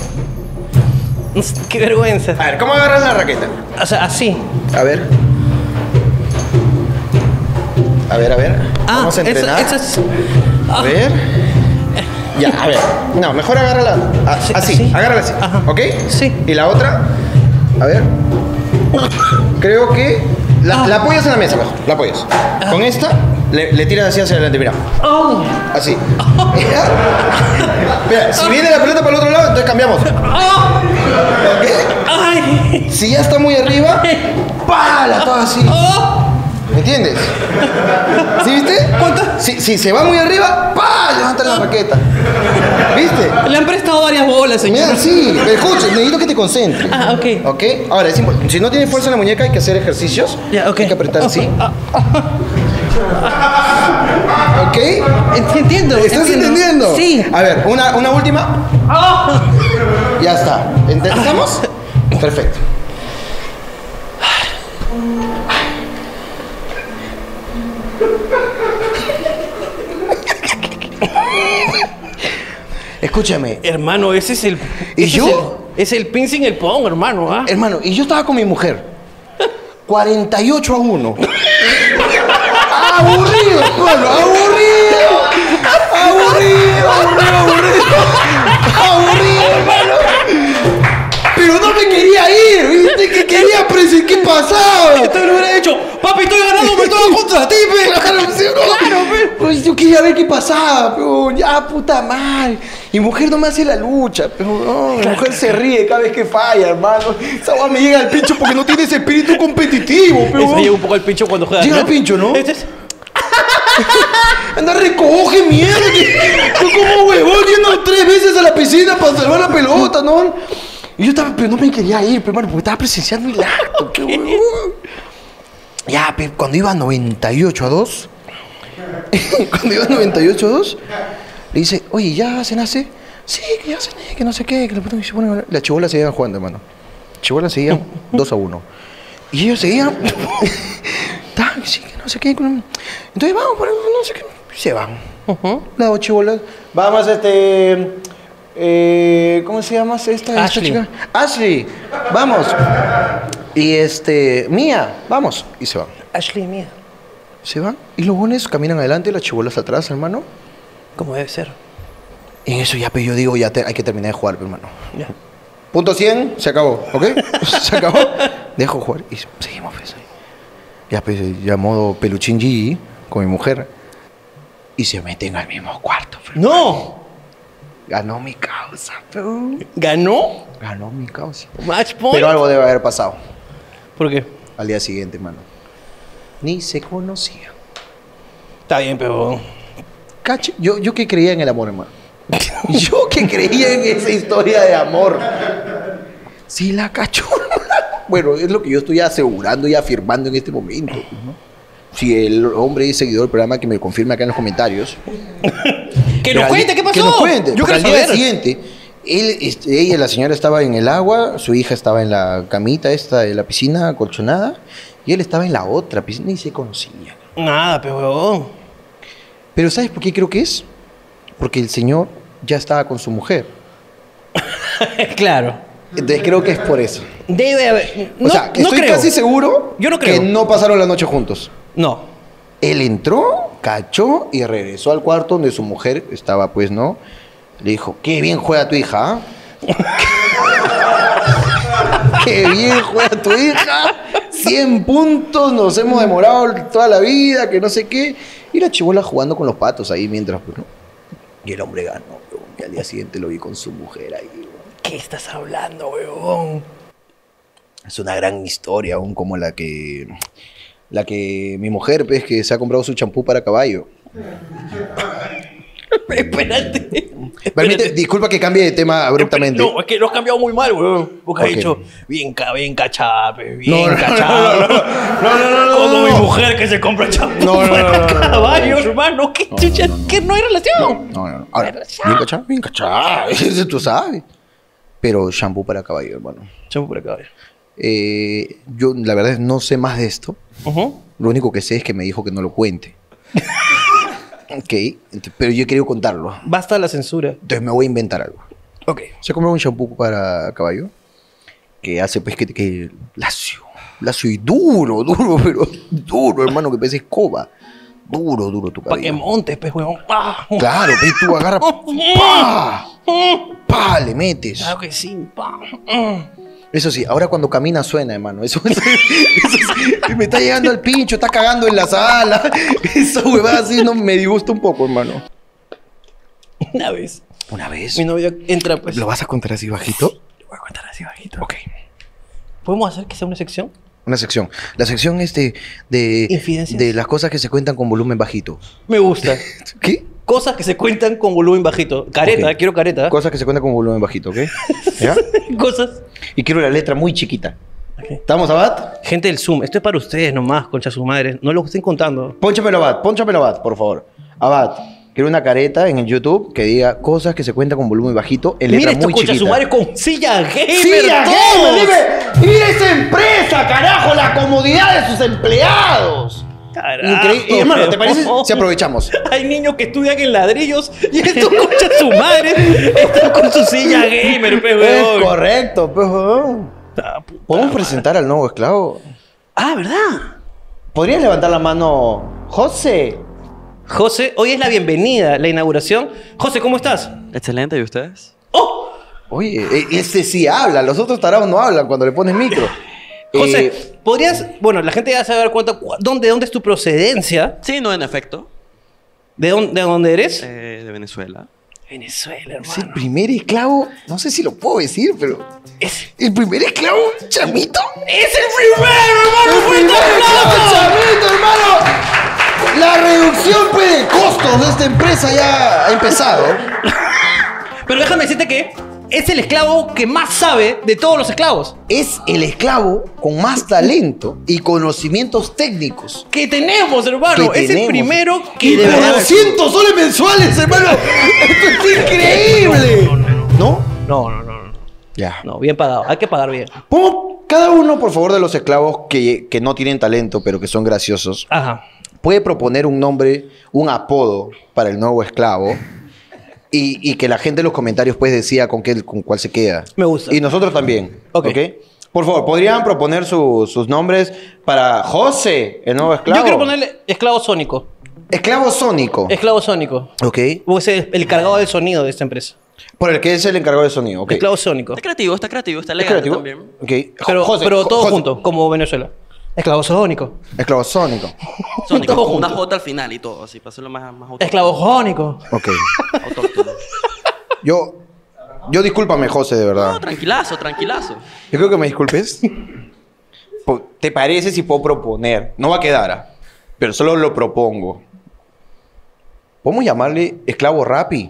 [SPEAKER 2] No sé, Qué vergüenza.
[SPEAKER 6] A ver, ¿cómo agarras la raqueta?
[SPEAKER 2] O sea, así.
[SPEAKER 6] A ver. A ver, a ver. Vamos
[SPEAKER 2] Ah, eso-
[SPEAKER 6] a entrenar.
[SPEAKER 2] eso es-
[SPEAKER 6] A ver. Ya, a ver. No, mejor agárrala a-
[SPEAKER 2] Sí,
[SPEAKER 6] así.
[SPEAKER 2] así.
[SPEAKER 6] Agárrala así.
[SPEAKER 2] Ajá.
[SPEAKER 6] ¿Ok?
[SPEAKER 2] Sí.
[SPEAKER 6] Y la otra. A ver. Creo que. La,
[SPEAKER 2] Ah.
[SPEAKER 6] la apoyas en la mesa mejor. La apoyas. Con esta le, le tiras así hacia adelante. Mira.
[SPEAKER 2] Oh,
[SPEAKER 6] Así. [LAUGHS] Mira, si viene la pelota para el otro lado, entonces cambiamos.
[SPEAKER 2] oh, ay,
[SPEAKER 6] Si ya está muy arriba, ¡pala! Todo así.
[SPEAKER 2] oh.
[SPEAKER 6] ¿Me entiendes? ¿Sí viste? Si, si se va muy arriba, ¡pa! Levanta la raqueta. ¿Viste?
[SPEAKER 2] Le han prestado varias bolas,
[SPEAKER 6] Mira,
[SPEAKER 2] señor.
[SPEAKER 6] sí, me escucha, necesito que te concentres.
[SPEAKER 2] Ah, ok.
[SPEAKER 6] ¿Ok? Ahora, es impo- si no tienes fuerza en la muñeca, hay que hacer ejercicios.
[SPEAKER 2] Ya, ok.
[SPEAKER 6] Hay que apretar así.
[SPEAKER 2] [LAUGHS]
[SPEAKER 6] ¿Ok?
[SPEAKER 2] Enti- Entiendo.
[SPEAKER 6] ¿Estás
[SPEAKER 2] entiendo.
[SPEAKER 6] entendiendo?
[SPEAKER 2] Sí.
[SPEAKER 6] A ver, una, una última.
[SPEAKER 2] Ah.
[SPEAKER 6] Ya está. Ent- ¿Estamos? Perfecto. Escúchame,
[SPEAKER 2] Hermano, ese es el.
[SPEAKER 6] ¿Y
[SPEAKER 2] ese
[SPEAKER 6] yo?
[SPEAKER 2] Es el, es el pin sin el pong, hermano, ¿ah?
[SPEAKER 6] hermano, y yo estaba con mi mujer. 48
[SPEAKER 2] [LAUGHS]
[SPEAKER 6] a 1. aburrido, hermano, aburrido. Aburrido, aburrido, aburrido. Aburrido, hermano. Pero no me quería ir, ¿viste? Que quería presen- ¿Qué pasaba?
[SPEAKER 2] Entonces le hubiera dicho, papi, estoy ganando, me estoy contra ti, pe".
[SPEAKER 6] [LAUGHS] Claro, ¿sí o no? Pues yo quería ver qué pasaba, pero ya puta madre. Mi mujer no me hace la lucha, pero no, mi mujer se ríe cada vez que falla, hermano. Esa guay me llega al pincho porque no tiene ese espíritu competitivo,
[SPEAKER 2] Eso llega
[SPEAKER 6] pero.
[SPEAKER 2] un poco al pincho cuando juega.
[SPEAKER 6] Llega al pincho, ¿no?
[SPEAKER 2] Este es-
[SPEAKER 6] [LAUGHS] Anda, recoge mierda. que- Tú como huevón yendo tres veces a la piscina para salvar la pelota, ¿no? Y yo estaba, pero no me quería ir, pero, hermano, porque estaba presenciando el acto, qué huevón. Ya, pe, cuando iba 98 a 2, [LAUGHS] cuando iba 98 a 2, le dice, oye, ¿ya cenaste? Sí, que ya cené, que no sé qué, que la puta que se pone a hablar". La chibola seguían jugando, hermano. Chibola seguían 2 a 1. Y ellos seguían. [LAUGHS] Tan, que sí, que no sé qué. que no- Entonces vamos, por ahí, no sé qué. Y se van. Las dos chibolas. Vamos, este. eh, ¿Cómo se llama esta, esta
[SPEAKER 2] Ashley.
[SPEAKER 6] chica? Ashley, vamos. Y este, mía, vamos. Y se van.
[SPEAKER 2] Ashley mía,
[SPEAKER 6] Se van. Y los bones caminan adelante, las chibolas atrás, hermano.
[SPEAKER 2] como debe
[SPEAKER 6] [LAUGHS]
[SPEAKER 2] ser.
[SPEAKER 6] Y en eso ya, pues yo digo, ya te- hay que terminar de jugar, pues, hermano.
[SPEAKER 2] Ya.
[SPEAKER 6] Punto 100, se acabó, ¿ok? [LAUGHS] Se acabó. Dejo jugar y seguimos, pues. ahí. Ya, pues, ya modo peluchín Gigi con mi mujer. Y se meten al mismo cuarto, pues.
[SPEAKER 2] ¡No!
[SPEAKER 6] Ganó mi causa, pero.
[SPEAKER 2] ¿Ganó?
[SPEAKER 6] Ganó mi causa.
[SPEAKER 2] Match point.
[SPEAKER 6] Pero algo debe haber pasado
[SPEAKER 2] ¿Por qué?
[SPEAKER 6] al día siguiente, mano. Ni se conocía.
[SPEAKER 2] Está bien, pero.
[SPEAKER 6] Cache, yo, yo que creía en el amor, hermano. [LAUGHS] Yo que creía en esa historia de amor. Si la cachorra. Bueno, es lo que yo estoy asegurando y afirmando en este momento. ¿no? Si el hombre y seguidor del programa que me confirme acá en los comentarios.
[SPEAKER 2] [LAUGHS] ¡Que nos
[SPEAKER 6] Al-
[SPEAKER 2] cuente qué pasó!
[SPEAKER 6] Que nos cuente.
[SPEAKER 2] Yo
[SPEAKER 6] Porque
[SPEAKER 2] quiero
[SPEAKER 6] al día
[SPEAKER 2] saber.
[SPEAKER 6] siguiente, él, este, ella, la señora estaba en el agua, su hija estaba en la camita esta de la piscina colchonada y él estaba en la otra piscina y se conocían.
[SPEAKER 2] Nada, pero huevón.
[SPEAKER 6] Pero ¿sabes por qué creo que es? Porque el señor ya estaba con su mujer.
[SPEAKER 2] claro.
[SPEAKER 6] Entonces creo que es por eso.
[SPEAKER 2] Debe haber. [LAUGHS] No,
[SPEAKER 6] o sea,
[SPEAKER 2] no
[SPEAKER 6] estoy
[SPEAKER 2] creo.
[SPEAKER 6] casi seguro
[SPEAKER 2] Yo no creo.
[SPEAKER 6] que no pasaron la noche juntos.
[SPEAKER 2] No.
[SPEAKER 6] Él entró, cachó y regresó al cuarto donde su mujer estaba, pues, ¿no? Le dijo, qué bien juega tu hija, ¿ah? [LAUGHS] qué bien juega tu hija. 100 puntos, nos hemos demorado toda la vida, que no sé qué. Y la chibola jugando con los patos ahí mientras, pues, ¿no? Y el hombre ganó, weón, y al día siguiente lo vi con su mujer ahí, weón.
[SPEAKER 2] ¿Qué estás hablando, huevón?
[SPEAKER 6] Es una gran historia, aún como la que. La que mi mujer, pues, que se ha comprado su champú para caballo.
[SPEAKER 2] Espérate.
[SPEAKER 6] Permite,
[SPEAKER 2] Espérate. Eh,
[SPEAKER 6] disculpa que cambie de tema abruptamente.
[SPEAKER 2] No, es que lo has cambiado muy mal, huevón. Porque has
[SPEAKER 6] Ok.
[SPEAKER 2] dicho, bien, ca- bien cachada, pe, bien
[SPEAKER 6] No, no,
[SPEAKER 2] cachada.
[SPEAKER 6] no, no,
[SPEAKER 2] no, no, Como mi mujer que se compra champú
[SPEAKER 6] No, no,
[SPEAKER 2] para
[SPEAKER 6] no, no, no, no.
[SPEAKER 2] caballo, hermano. ¿Qué chucha? ¿Qué no hay relación?
[SPEAKER 6] No, no, no. Ahora, bien cachado, bien cachado. [LAUGHS] Eso tú sabes. Pero shampoo para caballo, hermano.
[SPEAKER 2] Champú para caballo.
[SPEAKER 6] Eh, yo, la verdad, es no sé más de esto.
[SPEAKER 2] Ujú.
[SPEAKER 6] Lo único que sé es que me dijo que no lo cuente. [LAUGHS] ok, ent- pero yo he querido contarlo.
[SPEAKER 2] Basta la censura.
[SPEAKER 6] Entonces me voy a inventar algo.
[SPEAKER 2] Ok.
[SPEAKER 6] Se compró un shampoo para caballo que hace pues que, que lacio, lacio y duro, duro, [LAUGHS] pero duro, hermano, que parece escoba. Duro, duro tu
[SPEAKER 2] Para que
[SPEAKER 6] cabello.
[SPEAKER 2] montes, pe, huevón. Ah,
[SPEAKER 6] Claro, pues tú [LAUGHS] agarras, pa, pa, le metes.
[SPEAKER 2] Claro que sí, pa.
[SPEAKER 6] Eso sí, ahora cuando camina suena, hermano. Eso, [LAUGHS] eso- eso sí, me está llegando al pincho, está cagando en la sala. [LAUGHS] Esa huevada así no me disgusta un poco, hermano.
[SPEAKER 2] Una vez.
[SPEAKER 6] Una vez.
[SPEAKER 2] Mi novia entra, pues.
[SPEAKER 6] ¿Lo vas a contar así bajito?
[SPEAKER 2] Lo voy a contar así bajito. Ok. ¿Podemos hacer que sea una sección?
[SPEAKER 6] Una sección. La sección este de,
[SPEAKER 2] Infidencias.
[SPEAKER 6] de las cosas que se cuentan con volumen bajito.
[SPEAKER 2] Me gusta.
[SPEAKER 6] ¿Qué?
[SPEAKER 2] Cosas que se cuentan con volumen bajito. Careta,
[SPEAKER 6] Ok.
[SPEAKER 2] quiero careta.
[SPEAKER 6] Cosas que se cuentan con volumen bajito, ¿ok? ¿Ya?
[SPEAKER 2] [LAUGHS] Cosas.
[SPEAKER 6] Y quiero la letra muy chiquita.
[SPEAKER 2] Ok.
[SPEAKER 6] ¿Estamos, Abad?
[SPEAKER 2] Gente del Zoom, esto es para ustedes nomás, concha su madre. No lo estén contando.
[SPEAKER 6] Pónchamelo, Abad. Pónchamelo, Abad, por favor. Abad, quiero una careta en el YouTube que diga cosas que se cuentan con volumen bajito en letra
[SPEAKER 2] Mira esto,
[SPEAKER 6] muy
[SPEAKER 2] concha
[SPEAKER 6] chiquita.
[SPEAKER 2] su madre, con silla gamer.
[SPEAKER 6] ¡Silla
[SPEAKER 2] todos.
[SPEAKER 6] Gamer, dime! ¡Y esa empresa, carajo! ¡La comodidad de sus empleados!
[SPEAKER 2] Carajo,
[SPEAKER 6] Increíble. Y, hermano, ¿te parece
[SPEAKER 2] huevón.
[SPEAKER 6] [LAUGHS] si aprovechamos?
[SPEAKER 2] Hay niños que estudian en ladrillos y estos [LAUGHS] concha su madre están con su silla gamer, pe,
[SPEAKER 6] Es
[SPEAKER 2] huevón.
[SPEAKER 6] correcto, pues. huevón.
[SPEAKER 2] Ah, pu-
[SPEAKER 6] ¿Podemos presentar al nuevo esclavo?
[SPEAKER 2] Ah, ¿verdad?
[SPEAKER 6] ¿Podrías levantar la mano, José?
[SPEAKER 2] José, hoy es la bienvenida, la inauguración. José, ¿cómo estás?
[SPEAKER 8] Excelente, ¿y ustedes?
[SPEAKER 2] ¡Oh!
[SPEAKER 6] Oye, e- ese sí habla, los otros tarados no hablan cuando le pones micro.
[SPEAKER 2] [LAUGHS] José,
[SPEAKER 6] Eh,
[SPEAKER 2] ¿podrías...? Bueno, la gente ya se va a dar cuenta cu- dónde, dónde es tu procedencia,
[SPEAKER 8] Sí, no, en efecto.
[SPEAKER 2] de dónde, de dónde eres.
[SPEAKER 8] Eh, de Venezuela.
[SPEAKER 2] Venezuela,
[SPEAKER 6] es el
[SPEAKER 2] hermano.
[SPEAKER 6] primer esclavo, no sé si lo puedo decir, pero.
[SPEAKER 2] Es-
[SPEAKER 6] ¿El primer esclavo, chamito?
[SPEAKER 2] ¡Es el primero, hermano!
[SPEAKER 6] ¡El primer
[SPEAKER 2] ¡Fuerte
[SPEAKER 6] esclavo,
[SPEAKER 2] aplauso!
[SPEAKER 6] chamito, hermano! La reducción pues, de costos de esta empresa ya ha empezado.
[SPEAKER 2] Pero déjame decirte que es el esclavo que más sabe de todos los esclavos.
[SPEAKER 6] Es el esclavo con más talento y conocimientos técnicos.
[SPEAKER 2] Que tenemos, hermano.
[SPEAKER 6] que
[SPEAKER 2] es el
[SPEAKER 6] tenemos.
[SPEAKER 2] primero
[SPEAKER 6] Y
[SPEAKER 2] que de
[SPEAKER 6] por
[SPEAKER 2] verdad...
[SPEAKER 6] 200 soles mensuales, hermano. Esto es increíble. ¿No?
[SPEAKER 2] No, no, no, no.
[SPEAKER 6] Ya.
[SPEAKER 2] No, bien pagado. Hay que pagar bien.
[SPEAKER 6] Pongo cada uno, por favor, de los esclavos que, que no tienen talento, pero que son graciosos,
[SPEAKER 2] Ajá.
[SPEAKER 6] puede proponer un nombre, un apodo para el nuevo esclavo. Y, y que la gente en los comentarios pues decía con, qué, con cuál se queda.
[SPEAKER 2] Me gusta.
[SPEAKER 6] Y nosotros también.
[SPEAKER 2] Ok.
[SPEAKER 6] Ok. Por favor, ¿podrían proponer su- sus nombres para José, el nuevo esclavo?
[SPEAKER 2] Yo quiero ponerle esclavo sónico.
[SPEAKER 6] Esclavo Sónico.
[SPEAKER 2] Esclavo sónico.
[SPEAKER 6] ok.
[SPEAKER 2] Vos es el encargado del sonido de esta empresa.
[SPEAKER 6] Por el que es el encargado de sonido. Ok.
[SPEAKER 2] Esclavo sónico.
[SPEAKER 8] Está creativo, está creativo, está
[SPEAKER 6] ¿Es
[SPEAKER 8] elegante
[SPEAKER 6] creativo?
[SPEAKER 8] también.
[SPEAKER 6] Ok. Jo-
[SPEAKER 2] Pero,
[SPEAKER 6] José,
[SPEAKER 2] pero
[SPEAKER 6] Jo-
[SPEAKER 2] todo
[SPEAKER 6] José.
[SPEAKER 2] junto, como Venezuela. Eh. Esclavo sónico.
[SPEAKER 6] Esclavo Sónico.
[SPEAKER 8] Sónico,
[SPEAKER 2] Todo
[SPEAKER 8] con una
[SPEAKER 2] junto.
[SPEAKER 8] J al final y todo, así, para hacerlo más, más autóctono.
[SPEAKER 2] Esclavo jónico.
[SPEAKER 6] Ok.
[SPEAKER 8] Autóctono.
[SPEAKER 6] Yo, yo discúlpame, José, de
[SPEAKER 8] No,
[SPEAKER 6] verdad.
[SPEAKER 8] tranquilazo, tranquilazo.
[SPEAKER 6] Yo creo que me disculpes. Po- ¿Te parece si puedo proponer? No va a quedar, ah, pero solo lo propongo. ¿Podemos llamarle esclavo rapi?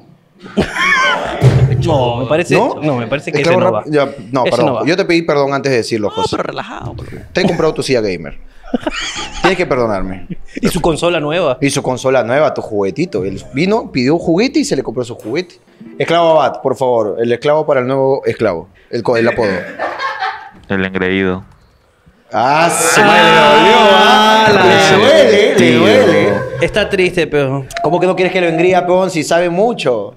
[SPEAKER 2] No, me parece,
[SPEAKER 6] ¿No?
[SPEAKER 2] ¿No? me parece que ese
[SPEAKER 6] Esclavo
[SPEAKER 2] no va.
[SPEAKER 6] Rapi- ya, no,
[SPEAKER 2] Ese
[SPEAKER 6] perdón.
[SPEAKER 2] va.
[SPEAKER 6] Yo te pedí perdón antes de decirlo,
[SPEAKER 8] No,
[SPEAKER 6] José.
[SPEAKER 8] pero relajado. por favor.
[SPEAKER 6] Te he comprado tu silla gamer. Tienes que perdonarme.
[SPEAKER 2] Y su consola nueva.
[SPEAKER 6] Y su consola nueva, tu juguetito. Él vino, pidió un juguete y se le compró su juguete. Esclavo Abad, por favor. El esclavo para el nuevo esclavo. El, co- el apodo.
[SPEAKER 9] El engreído.
[SPEAKER 6] ¡Ah, se
[SPEAKER 2] Ah, la-
[SPEAKER 6] le duele, le duele.
[SPEAKER 2] Está triste, pero.
[SPEAKER 6] ¿Cómo que no quieres que lo engría, pues, peón, si sabe mucho?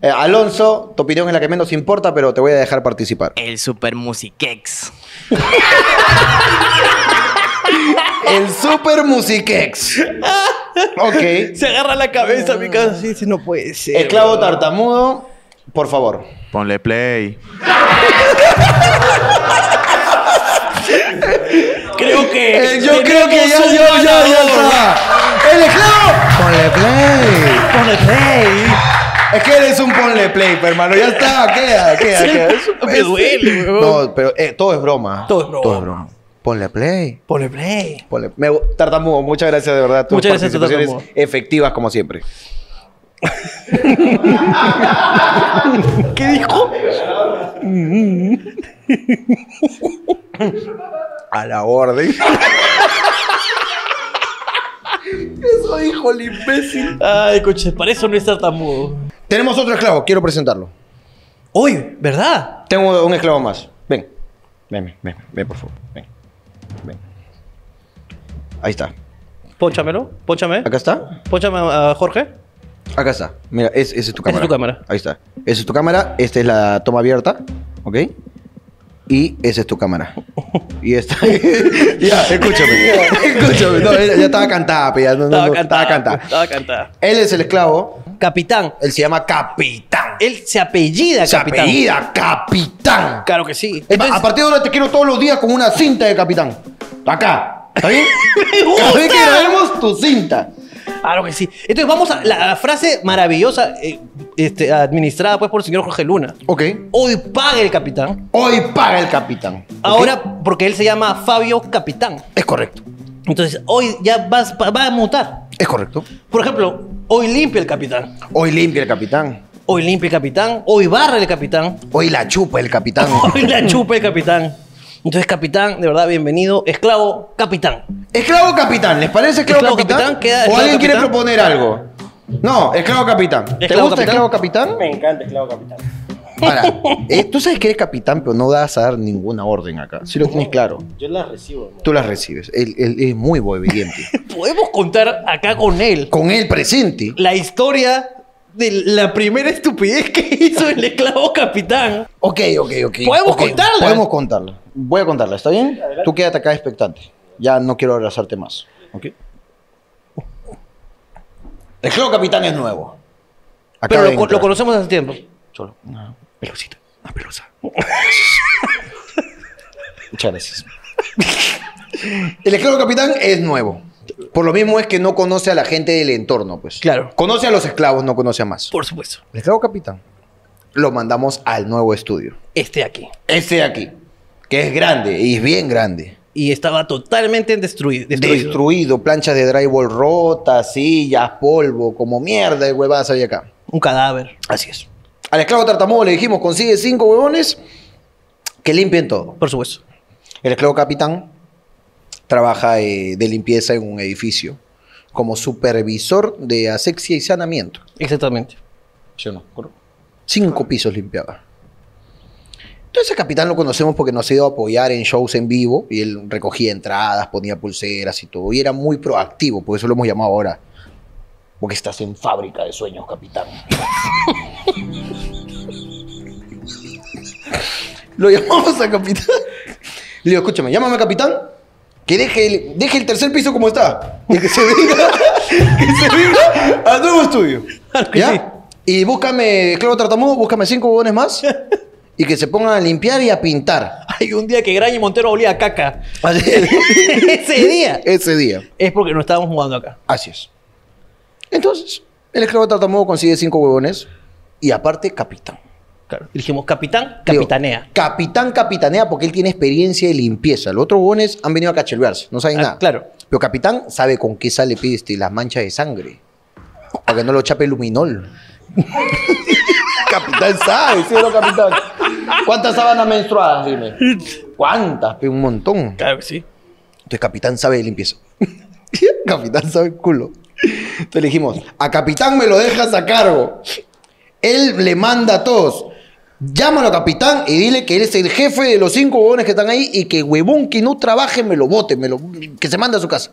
[SPEAKER 6] Eh, Alonso, tu opinión es la que menos importa, pero te voy a dejar participar.
[SPEAKER 4] El Super Musiquex.
[SPEAKER 6] [LAUGHS] El Super Musiquex. Ok.
[SPEAKER 2] Se agarra la cabeza, mi casa. Sí, sí, no puede ser.
[SPEAKER 6] Esclavo tartamudo, por favor.
[SPEAKER 10] Ponle play.
[SPEAKER 2] Creo que.
[SPEAKER 6] Eh, yo creo que ya,
[SPEAKER 2] tenemos un
[SPEAKER 6] ya, ya, ya
[SPEAKER 2] ganador.
[SPEAKER 6] está. ¡El esclavo! Ponle play.
[SPEAKER 2] Ponle play.
[SPEAKER 6] Es que eres un ponle play, pe, hermano. Ya está, queda, queda, queda. Es un-
[SPEAKER 2] Me duele, weón.
[SPEAKER 6] No, pero eh, todo es broma.
[SPEAKER 2] Todo es broma.
[SPEAKER 6] Ponle play.
[SPEAKER 2] Ponle play.
[SPEAKER 6] Ponle... Me... Tartamudo, muchas gracias de verdad. Tus
[SPEAKER 2] Muchas gracias,
[SPEAKER 6] participaciones
[SPEAKER 2] Tartamudo.
[SPEAKER 6] efectivas como siempre.
[SPEAKER 2] ¿Qué dijo?
[SPEAKER 6] A la orden. Eso dijo el imbécil.
[SPEAKER 2] Ay, coche, para eso no es tartamudo.
[SPEAKER 6] Tenemos otro esclavo, quiero presentarlo.
[SPEAKER 2] Uy, ¿verdad?
[SPEAKER 6] Tengo un esclavo más. Ven. Ven, ven, ven, por favor. Ven. Ven. Ahí está.
[SPEAKER 2] Pónchamelo, pónchame.
[SPEAKER 6] ¿Acá está?
[SPEAKER 2] Pónchame a a Jorge.
[SPEAKER 6] Acá está. Mira, es- esa es tu cámara.
[SPEAKER 2] es tu cámara.
[SPEAKER 6] Ahí está. Esa es tu cámara. Esta es la toma abierta. ¿Ok? Y esa es tu
[SPEAKER 2] [LAUGHS]
[SPEAKER 6] cámara. Y esta. [LAUGHS] ya, escúchame. escúchame. No, ya ya estaba cantada, pe, ya. No, no, no, estaba cantada.
[SPEAKER 2] Estaba cantada.
[SPEAKER 6] Él es el esclavo.
[SPEAKER 2] Capitán.
[SPEAKER 6] Él se llama Capitán.
[SPEAKER 2] Él se apellida
[SPEAKER 6] Se
[SPEAKER 2] Capitán.
[SPEAKER 6] apellida Capitán.
[SPEAKER 2] Claro que sí.
[SPEAKER 6] Es más, a partir de ahora te quiero todos los días con una cinta de Capitán. Acá.
[SPEAKER 2] [LAUGHS]
[SPEAKER 6] ¿Está bien? Cada vez que grabemos tu cinta.
[SPEAKER 2] Claro que sí. Entonces vamos a la, a la frase maravillosa eh, este, administrada pues por el señor Jorge Luna.
[SPEAKER 6] Ok.
[SPEAKER 2] Hoy paga el capitán.
[SPEAKER 6] Hoy paga el Capitán. ¿Ok?
[SPEAKER 2] Ahora, porque él se llama Fabio Capitán.
[SPEAKER 6] Es correcto.
[SPEAKER 2] Entonces, hoy ya vas, pa- va a mutar.
[SPEAKER 6] Es correcto.
[SPEAKER 2] Por ejemplo, hoy limpia el capitán.
[SPEAKER 6] Hoy limpia el capitán.
[SPEAKER 2] Hoy limpia el capitán. Hoy barra el capitán. [LAUGHS]
[SPEAKER 6] Hoy la chupa el capitán.
[SPEAKER 2] Hoy la chupa el capitán. Entonces, capitán, de verdad, bienvenido. Esclavo, capitán.
[SPEAKER 6] esclavo capitán, ¿les parece esclavo,
[SPEAKER 2] Esclavo
[SPEAKER 6] capitán?
[SPEAKER 2] capitán, queda
[SPEAKER 6] ¿O
[SPEAKER 2] esclavo
[SPEAKER 6] alguien quiere
[SPEAKER 2] capitán.
[SPEAKER 6] proponer algo? No, esclavo capitán. ¿Te
[SPEAKER 2] Esclavo
[SPEAKER 6] gusta
[SPEAKER 2] capitán.
[SPEAKER 6] esclavo capitán? Me encanta esclavo capitán. Ahora, eh, tú sabes que eres capitán, pero no vas a dar ninguna orden acá. Si lo tienes claro. Yo las recibo. Tú las recibes. Él, él es
[SPEAKER 2] [LAUGHS]
[SPEAKER 6] muy obediente.
[SPEAKER 2] Podemos contar acá con él
[SPEAKER 6] Con él presente.
[SPEAKER 2] la historia de la primera estupidez que [LAUGHS] hizo el esclavo capitán.
[SPEAKER 6] Ok, ok, ok.
[SPEAKER 2] Podemos
[SPEAKER 6] ok,
[SPEAKER 2] contarla.
[SPEAKER 6] Podemos contarla. Voy a contarla, ¿está bien? Tú quédate acá expectante. Ya no quiero abrazarte más. ¿Ok? El Club Capitán es nuevo.
[SPEAKER 2] Pero
[SPEAKER 6] Acaba
[SPEAKER 2] lo,
[SPEAKER 6] de
[SPEAKER 2] co- lo
[SPEAKER 6] entrar.
[SPEAKER 2] conocemos hace tiempo.
[SPEAKER 6] Solo
[SPEAKER 2] Ah,
[SPEAKER 6] una pelucita, una pelusa. [LAUGHS] Muchas gracias. El esclavo capitán es nuevo. Por lo mismo es que no conoce a la gente del entorno, pues.
[SPEAKER 2] Claro.
[SPEAKER 6] Conoce a los esclavos, no conoce a más.
[SPEAKER 2] Por supuesto.
[SPEAKER 6] El esclavo capitán lo mandamos al nuevo estudio.
[SPEAKER 2] Este de aquí.
[SPEAKER 6] Este de aquí, que es grande y es bien grande.
[SPEAKER 2] Y estaba totalmente destruido.
[SPEAKER 6] Destruido.
[SPEAKER 2] destruido.
[SPEAKER 6] planchas de drywall rotas, sillas, polvo, como mierda de huevadas había acá.
[SPEAKER 2] Un cadáver.
[SPEAKER 6] Así es. Al esclavo tartamudo le dijimos, consigue cinco huevones que limpien todo.
[SPEAKER 2] Por supuesto.
[SPEAKER 6] El esclavo capitán trabaja eh, de limpieza en un edificio como supervisor de asexia y saneamiento.
[SPEAKER 2] Exactamente.
[SPEAKER 6] ¿Sí o no? Cinco pisos limpiaba. Entonces, el capitán lo conocemos porque nos ha ido a apoyar en shows en vivo y él recogía entradas, ponía pulseras y todo. Y era muy proactivo, por eso lo hemos llamado ahora. Porque estás en fábrica de sueños, capitán. [LAUGHS] lo llamamos a capitán. Le digo, escúchame, llámame a capitán. Que deje el, deje el tercer piso como está. Y que se venga, [LAUGHS] que se venga al nuevo estudio.
[SPEAKER 2] Claro que sí.
[SPEAKER 6] ¿Ya? Y búscame, Claudio Tartamudo, búscame cinco huevones más. Y que se pongan a limpiar y a pintar.
[SPEAKER 2] Hay un día que Graña Montero olía a caca. [LAUGHS]
[SPEAKER 6] Así
[SPEAKER 2] Ese día.
[SPEAKER 6] Ese día.
[SPEAKER 2] Es porque no estábamos jugando acá.
[SPEAKER 6] Así es. Entonces, el esclavo tartamudo consigue cinco huevones y aparte capitán.
[SPEAKER 2] Claro. Dijimos, capitán,
[SPEAKER 6] Digo,
[SPEAKER 2] capitanea.
[SPEAKER 6] capitán capitanea porque él tiene experiencia de limpieza. Los otros buones han venido a cachelearse, no saben
[SPEAKER 2] Ah,
[SPEAKER 6] nada.
[SPEAKER 2] claro.
[SPEAKER 6] Pero capitán sabe con qué sale pide, este, las manchas de sangre. Para que no lo chape luminol. [LAUGHS] capitán sabe, sí, no, capitán. ¿Cuántas sábanas menstruadas, dime? ¿Cuántas? Pe, Un montón.
[SPEAKER 2] Claro que sí.
[SPEAKER 6] Entonces capitán sabe de limpieza. [LAUGHS] capitán sabe culo. Entonces le dijimos, a capitán me lo dejas a cargo. Él le manda a todos. Llámalo a capitán y dile que él es el jefe de los cinco huevones que están ahí y que huevón que no trabaje me lo bote, me lo, que se mande a su [LAUGHS] casa.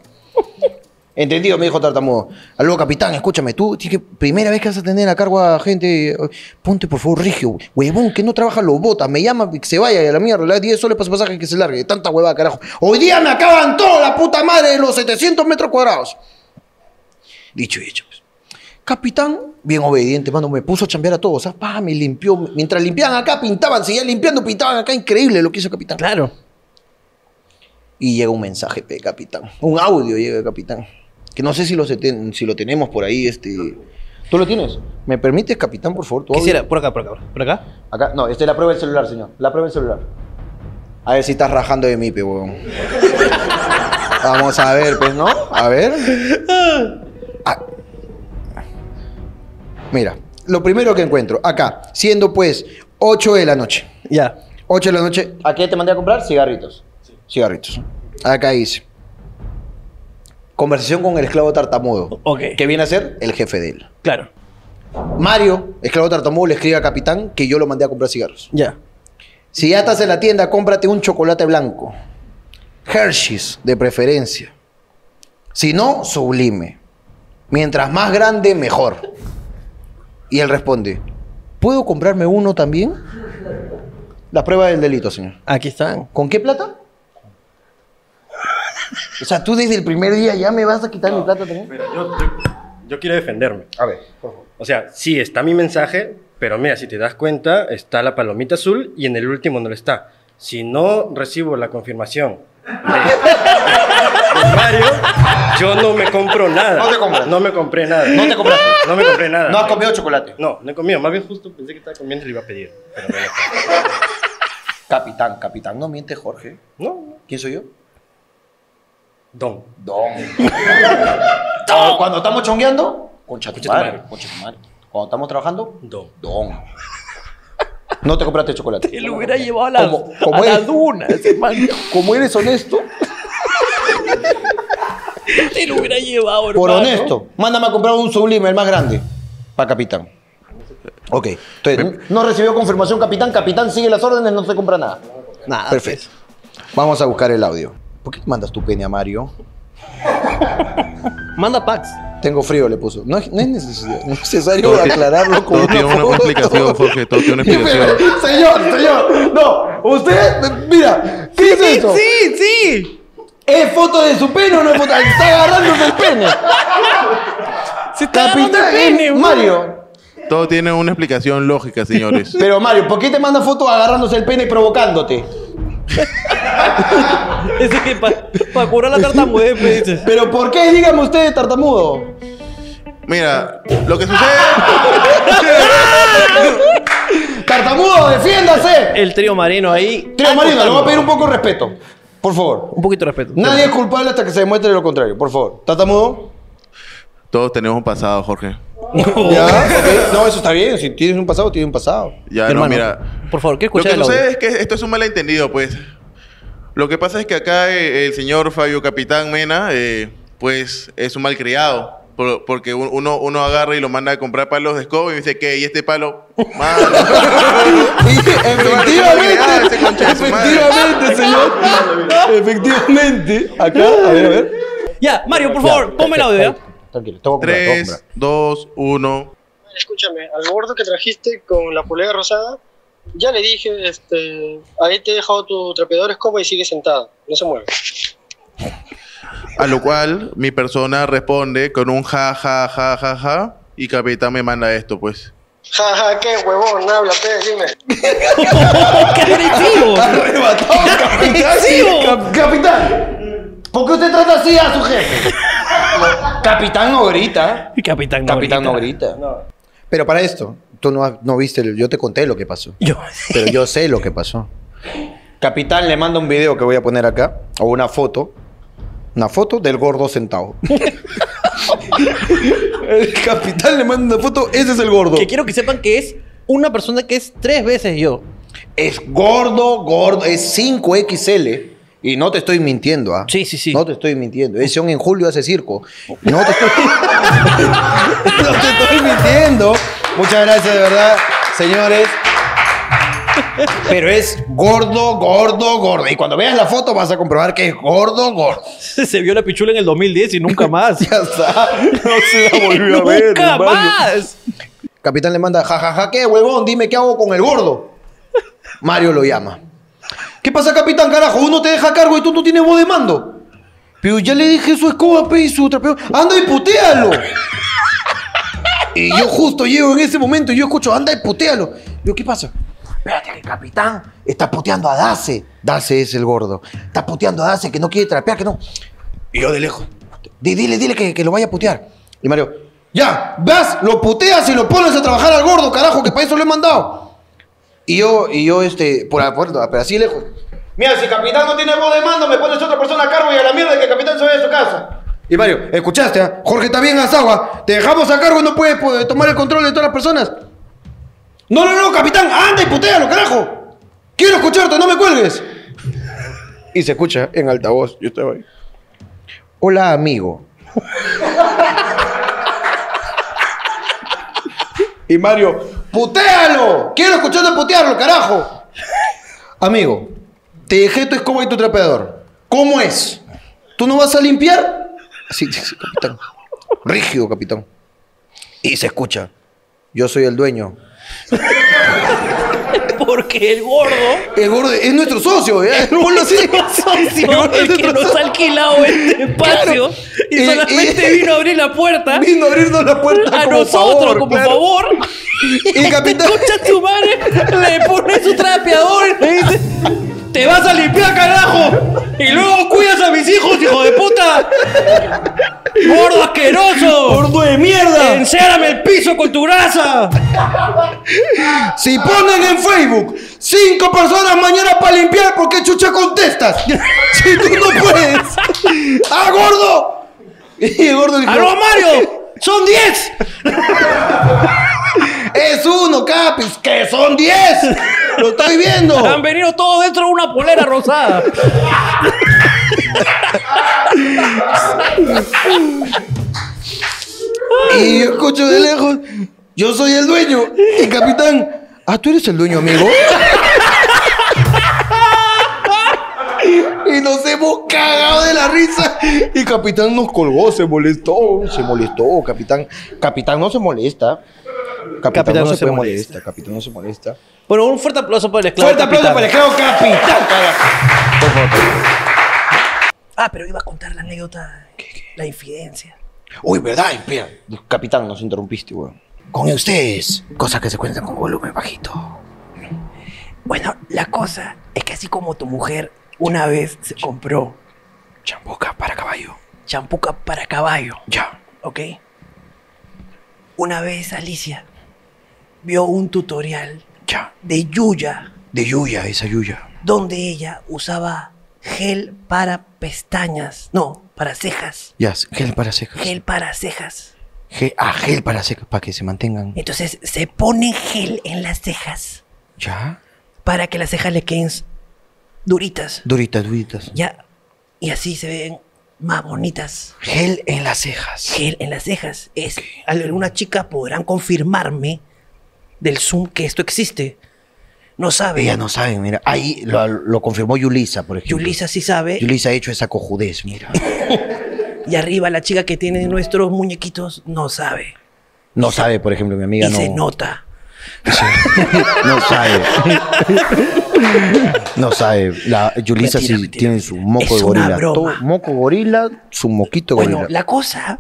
[SPEAKER 6] Entendido, me dijo tartamudo. Aló, capitán, escúchame, tú tienes que, primera vez que vas a tener a cargo a gente, eh, ponte por favor regio, huevón, que no trabaja, lo botas, me llama, que se vaya a la mierda, le das 10 soles para su pasaje que se largue, tanta huevada, carajo. Hoy día me acaban toda la puta madre de los 700 metros cuadrados. Dicho y hecho, pues. Capitán, bien obediente, mano, me puso a chambear a todos, o sea, pa, me limpió, mientras limpiaban acá, pintaban, seguían limpiando, pintaban acá, increíble lo que hizo capitán.
[SPEAKER 2] Claro.
[SPEAKER 6] Y llega un mensaje de capitán. Un audio llega de capitán. Que no sé si lo, se ten- si lo tenemos por ahí. Este... ¿Tú lo tienes? ¿Me permites, capitán, por favor? tu audio?
[SPEAKER 2] Quisiera, por acá, por acá, por acá.
[SPEAKER 6] Acá, no, este, la prueba del celular, señor. La prueba del celular. A ver si estás rajando de mí, pe, huevón. Vamos a ver, pues, ¿no? A ver. Ah. Mira, lo primero que encuentro, acá, siendo pues 8 de la noche.
[SPEAKER 2] Ya.
[SPEAKER 6] 8 de la noche. ¿A qué te mandé a comprar? Cigarritos. Cigarritos. Acá dice. Conversación con el esclavo tartamudo.
[SPEAKER 2] Ok.
[SPEAKER 6] Que viene a ser el jefe de él.
[SPEAKER 2] Claro.
[SPEAKER 6] Mario, esclavo tartamudo, le escribe a capitán que yo lo mandé a comprar cigarros.
[SPEAKER 2] Ya.
[SPEAKER 6] Si ya estás en la tienda, cómprate un chocolate blanco. Hershey's, de preferencia. Si no, sublime. Mientras más grande, mejor. Y él responde, ¿puedo comprarme uno también? La prueba del delito, señor.
[SPEAKER 2] Aquí están.
[SPEAKER 6] ¿Con qué plata? O sea, tú desde el primer día ya me vas a quitar mi plata también.
[SPEAKER 11] Mira, yo, yo- yo quiero defenderme.
[SPEAKER 6] A ver,
[SPEAKER 11] O sea, sí está mi mensaje, pero mira, si te das cuenta, está la palomita azul y en el último no lo está. Si no recibo la confirmación de, de Mario, yo no me compro nada.
[SPEAKER 6] No te compras.
[SPEAKER 11] No me compré nada.
[SPEAKER 6] No te compraste.
[SPEAKER 11] No me compré nada.
[SPEAKER 6] no has comido chocolate.
[SPEAKER 11] No, no he comido. Más bien justo pensé que estaba comiendo y le iba a pedir. Pero bueno.
[SPEAKER 6] Capitán, capitán, no miente Jorge.
[SPEAKER 11] no, no.
[SPEAKER 6] ¿Quién soy yo?
[SPEAKER 11] Don.
[SPEAKER 6] Don. Don. Cuando estamos chongueando, concha tu
[SPEAKER 11] Concha tu
[SPEAKER 6] madre,
[SPEAKER 11] madre.
[SPEAKER 6] concha tu madre. Cuando estamos trabajando,
[SPEAKER 11] Don.
[SPEAKER 6] don. No te compraste chocolate.
[SPEAKER 2] Él lo hubiera llevado a la,
[SPEAKER 6] Como- como
[SPEAKER 2] a la
[SPEAKER 6] él.
[SPEAKER 2] duna, ese man.
[SPEAKER 6] Como eres honesto,
[SPEAKER 2] Te lo hubiera llevado, hermano.
[SPEAKER 6] por honesto, mándame a comprar un sublime, el más grande, para capitán. Ok, entonces, no recibió confirmación capitán, capitán sigue las órdenes, no se compra nada.
[SPEAKER 2] Nada.
[SPEAKER 6] Perfecto. Vamos a buscar el audio. ¿Por qué le mandas tu pene a Mario?
[SPEAKER 2] pues. [LAUGHS] Manda packs.
[SPEAKER 6] Tengo frío, le puso. No, es- no es necesario, no es necesario
[SPEAKER 10] Todo ti-
[SPEAKER 6] aclararlo con
[SPEAKER 10] todo tiene una
[SPEAKER 6] foto. [LAUGHS]
[SPEAKER 10] complicación, Jorge, todo tiene una explicación.
[SPEAKER 6] pues. señor, señor, no. Usted, mira, ¿qué es eso?
[SPEAKER 2] Sí, sí.
[SPEAKER 6] ¿Es foto de su pene o no es foto? Está agarrándose el pene.
[SPEAKER 2] Se está agarrando
[SPEAKER 6] Capitán, eh,
[SPEAKER 2] el pene, güey.
[SPEAKER 6] Mario.
[SPEAKER 10] Todo tiene una explicación lógica, señores.
[SPEAKER 6] Pero Mario, ¿por qué te manda fotos agarrándose el pene y provocándote?
[SPEAKER 2] Ese que para curar la tartamudez, me dices.
[SPEAKER 6] ¿Pero por qué? Dígame usted, tartamudo.
[SPEAKER 10] Mira, lo que sucede.
[SPEAKER 6] ¡Tartamudo, defiéndase!
[SPEAKER 2] El trío marino ahí.
[SPEAKER 6] Trio Marino, le voy a pedir un poco de respeto. Por favor.
[SPEAKER 2] Un poquito de respeto.
[SPEAKER 6] Nadie es culpable hasta que se demuestre lo contrario, por favor. ¿Tartamudo?
[SPEAKER 10] Todos tenemos un pasado, Jorge.
[SPEAKER 6] Ya, ok. No, eso está bien. Si tienes un pasado, tienes un pasado.
[SPEAKER 10] Ya,
[SPEAKER 2] Hermano,
[SPEAKER 10] no, mira.
[SPEAKER 2] Por favor, ¿qué
[SPEAKER 10] Lo que
[SPEAKER 2] escuchar el audio?
[SPEAKER 10] sucede es que esto es un malentendido, pues. Lo que pasa es que acá eh, el señor Fabio Capitán Mena, eh, pues, es un malcriado. Por- porque un- uno, uno agarra y lo manda a comprar palos de escoba y dice que, ¿y este palo?
[SPEAKER 2] [LAUGHS]
[SPEAKER 10] Mano.
[SPEAKER 6] Y [LAUGHS] efectivamente,
[SPEAKER 10] Ah, Ese concha de su madre.
[SPEAKER 6] efectivamente, señor.
[SPEAKER 10] [LAUGHS]
[SPEAKER 6] Efectivamente. Acá, a ver, a ver.
[SPEAKER 2] Ya, Mario, por favor, ponme el audio, ¿ya?
[SPEAKER 6] Tranquilo, tengo que comprar, tengo que
[SPEAKER 10] Tres,
[SPEAKER 6] comprar.
[SPEAKER 10] dos, uno.
[SPEAKER 12] escúchame, al gordo que trajiste con la polea rosada, ya le dije, este, ahí te he dejado tu trapeador escoba y sigue sentado, no se mueve. [LAUGHS]
[SPEAKER 10] A lo cual mi persona responde con un ja, ja, ja, ja, ja. Y Capitán me manda esto, pues.
[SPEAKER 12] Jaja, qué huevón, habla, pe, dime.
[SPEAKER 2] ¡Qué agresivo!
[SPEAKER 6] Arrebatado, capitán.
[SPEAKER 2] ¡Agresivo!
[SPEAKER 6] Cap- capitán, ¿por qué usted trata así a su jefe? capitán no grita.
[SPEAKER 2] Capitán
[SPEAKER 6] Capitán no grita. Pero para esto,
[SPEAKER 1] Tú no, has- no viste, el- yo te conté lo que pasó.
[SPEAKER 2] Yo.
[SPEAKER 1] Pero yo sé lo que pasó. Capitán le manda un video que voy a poner acá, o una foto. Una foto del gordo [LAUGHS] sentado. el capitán le manda una foto, ese es el gordo.
[SPEAKER 2] Que quiero que sepan que es una persona que es tres veces yo.
[SPEAKER 1] Es gordo, gordo, es 5XL. Y no te estoy mintiendo, ¿ah? Sí, sí, sí. No te estoy mintiendo. Ese en julio hace circo. No te estoy, [LAUGHS] no te estoy mintiendo. Muchas gracias, de verdad, señores. Pero es gordo, gordo, gordo. Y cuando veas la foto vas a comprobar que es gordo, gordo.
[SPEAKER 2] [LAUGHS]
[SPEAKER 1] [LAUGHS]
[SPEAKER 2] Se vio la pichula en el 2010 y nunca [LAUGHS] más.
[SPEAKER 1] ya está. No se la volvió a
[SPEAKER 2] ¡Nunca
[SPEAKER 1] ver. hermano.
[SPEAKER 2] más!
[SPEAKER 1] Capitán le manda, jajaja, ¿qué, huevón? Dime qué hago con el gordo. Mario lo llama. ¿Qué pasa, capitán, carajo? Uno te deja a cargo y tú no tienes voz de mando. Pero ya le dejé su escoba, pe, y su trapeo. ¡Anda y putealo! Y yo justo llego en ese momento y yo escucho, anda y putealo. Digo, ¿qué pasa? Espérate que el capitán está puteando a Dace. Dace es el gordo. Está puteando a Dace que no quiere trapear, que no. Y yo de lejos. "Di- Dile, dile que, que lo vaya a putear. Y Mario, ya, vas, lo puteas y lo pones a trabajar al gordo, carajo, que para eso lo he mandado. Y yo, y yo, este, por acuerdo, pero así lejos. Mira, si el capitán no tiene voz de mando, me pones otra persona a cargo y a la mierda que el capitán se vaya a su casa. Y Mario, escuchaste, ah? Jorge está bien Azagua. Te dejamos a cargo y no puedes pues, tomar el control de todas las personas. No, no, no, capitán, anda y putealo, carajo. Quiero escucharte, no me cuelgues. Y se escucha en altavoz, yo estaba ahí. Hola, amigo. y Mario, ¡putealo! Quiero escucharte putearlo, carajo. Amigo, te dejé tu escoba y tu trapeador. ¿Cómo es? ¿Tú no vas a limpiar? Sí, sí, sí, capitán. Rígido, capitán. Y se escucha. Yo soy el dueño.
[SPEAKER 2] Porque el gordo
[SPEAKER 1] El gordo es nuestro socio, ¿eh? Ponlo [LAUGHS] así.
[SPEAKER 2] socio,
[SPEAKER 1] El gordo es
[SPEAKER 2] el que
[SPEAKER 1] nuestro
[SPEAKER 2] nos ha
[SPEAKER 1] socio.
[SPEAKER 2] alquilado este espacio y
[SPEAKER 1] Eh,
[SPEAKER 2] solamente
[SPEAKER 1] eh.
[SPEAKER 2] vino a abrir la puerta
[SPEAKER 1] Vino a abrirnos la puerta
[SPEAKER 2] a
[SPEAKER 1] como
[SPEAKER 2] Ah, nosotros,
[SPEAKER 1] favor,
[SPEAKER 2] como
[SPEAKER 1] claro.
[SPEAKER 2] favor.
[SPEAKER 1] El capitán...
[SPEAKER 2] Escucha tu madre, le pone su trapeador y le dice: Te vas a limpiar, carajo. Y luego cuidas a mis hijos, hijo de puta. Gordo asqueroso. Gordo de mierda. Encérame el piso con tu grasa.
[SPEAKER 1] Si ponen en Facebook cinco personas mañana para limpiar, ¿por qué chucha contestas? [LAUGHS] Si tú no puedes. ¡Ah, gordo! Y el gordo dijo,
[SPEAKER 2] ¡Aló, Mario! ¡Son 10!
[SPEAKER 1] es uno, Capis, que son diez. Lo estoy
[SPEAKER 2] [LAUGHS]
[SPEAKER 1] viendo.
[SPEAKER 2] Han venido todos dentro de una polera rosada.
[SPEAKER 1] Y yo escucho de lejos, yo soy el dueño. Y capitán, ah, tú eres el dueño, amigo. Y nos hemos cagado de la risa. Y capitán nos colgó, se molestó, se molestó, capitán. Capitán no se molesta. Capitán, no, se, puede molesta. capitán no se molesta.
[SPEAKER 2] Bueno, un fuerte aplauso para el esclavo. capitán.
[SPEAKER 1] esclavo capitán,
[SPEAKER 4] Ah, pero iba a contar la anécdota, la infidencia.
[SPEAKER 1] Uy, verdad, espera. Capitán, nos interrumpiste, weón.
[SPEAKER 4] Con ustedes, cosas que se cuentan con volumen bajito. Bueno, la cosa es que así como tu mujer una vez se compró champuca para caballo. Champuca para caballo. Ya. ¿Ok? Una vez Alicia vio un tutorial de Yuya
[SPEAKER 1] De Yuya, esa Yuya.
[SPEAKER 4] donde ella usaba gel para pestañas, no, para cejas,
[SPEAKER 1] Ya, gel para secas.
[SPEAKER 4] gel para cejas.
[SPEAKER 1] Gel, ah, gel para secas, para que se mantengan.
[SPEAKER 4] Entonces se pone gel en las cejas
[SPEAKER 1] Ya.
[SPEAKER 4] para que las cejas le queden s- duritas,
[SPEAKER 1] Duritas, duritas.
[SPEAKER 4] ya, y así se ven más bonitas.
[SPEAKER 1] Gel en las cejas.
[SPEAKER 4] Gel en las cejas es, algunas chicas podrán confirmarme del Zoom que esto existe. No sabe.
[SPEAKER 1] Ella no sabe, mira. Ahí lo, lo confirmó Yulisa, por ejemplo.
[SPEAKER 4] Yulisa sí sabe.
[SPEAKER 1] Yulisa ha hecho esa cojudez, mira.
[SPEAKER 4] Y arriba la chica que tiene nuestros muñequitos no sabe.
[SPEAKER 1] No sabe, por ejemplo, mi amiga
[SPEAKER 4] y
[SPEAKER 1] no.
[SPEAKER 4] se nota.
[SPEAKER 1] No sabe. No sabe. La Yulisa sí
[SPEAKER 4] Mentira, mentira,
[SPEAKER 1] tiene
[SPEAKER 4] mentira.
[SPEAKER 1] su moco
[SPEAKER 4] Es
[SPEAKER 1] de gorila.
[SPEAKER 4] una broma.
[SPEAKER 1] Todo- moco gorila, su moquito
[SPEAKER 4] Bueno,
[SPEAKER 1] gorila.
[SPEAKER 4] la cosa,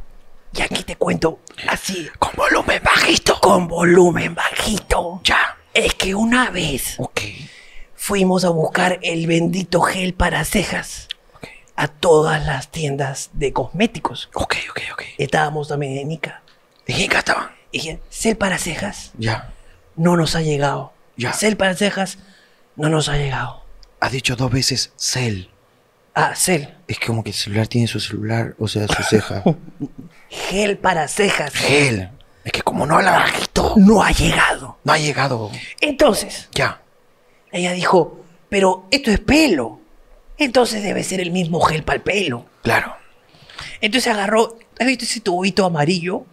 [SPEAKER 4] y aquí te cuento así. Con volumen bajito. Con volumen bajito. Ya. Es que una vez
[SPEAKER 1] Ok.
[SPEAKER 4] fuimos a buscar el bendito gel para cejas a todas las tiendas de cosméticos.
[SPEAKER 1] Ok, ok, ok.
[SPEAKER 4] Estábamos también en Ica.
[SPEAKER 1] ¿En qué estaban?
[SPEAKER 4] Y dije, gel para cejas
[SPEAKER 1] Ya.
[SPEAKER 4] no nos ha llegado. Cel para cejas no nos ha llegado.
[SPEAKER 1] Has dicho dos veces cel.
[SPEAKER 4] Ah, cel.
[SPEAKER 1] Es como que el celular tiene su celular, o sea, su ceja.
[SPEAKER 4] Gel para cejas.
[SPEAKER 1] Gel. Es que como no habla bajito.
[SPEAKER 4] No ha llegado.
[SPEAKER 1] No ha llegado.
[SPEAKER 4] Entonces.
[SPEAKER 1] Ya.
[SPEAKER 4] Ella dijo, pero esto es pelo. Entonces debe ser el mismo gel para el pelo.
[SPEAKER 1] Claro.
[SPEAKER 4] Entonces agarró, ¿has visto ese tubito amarillo?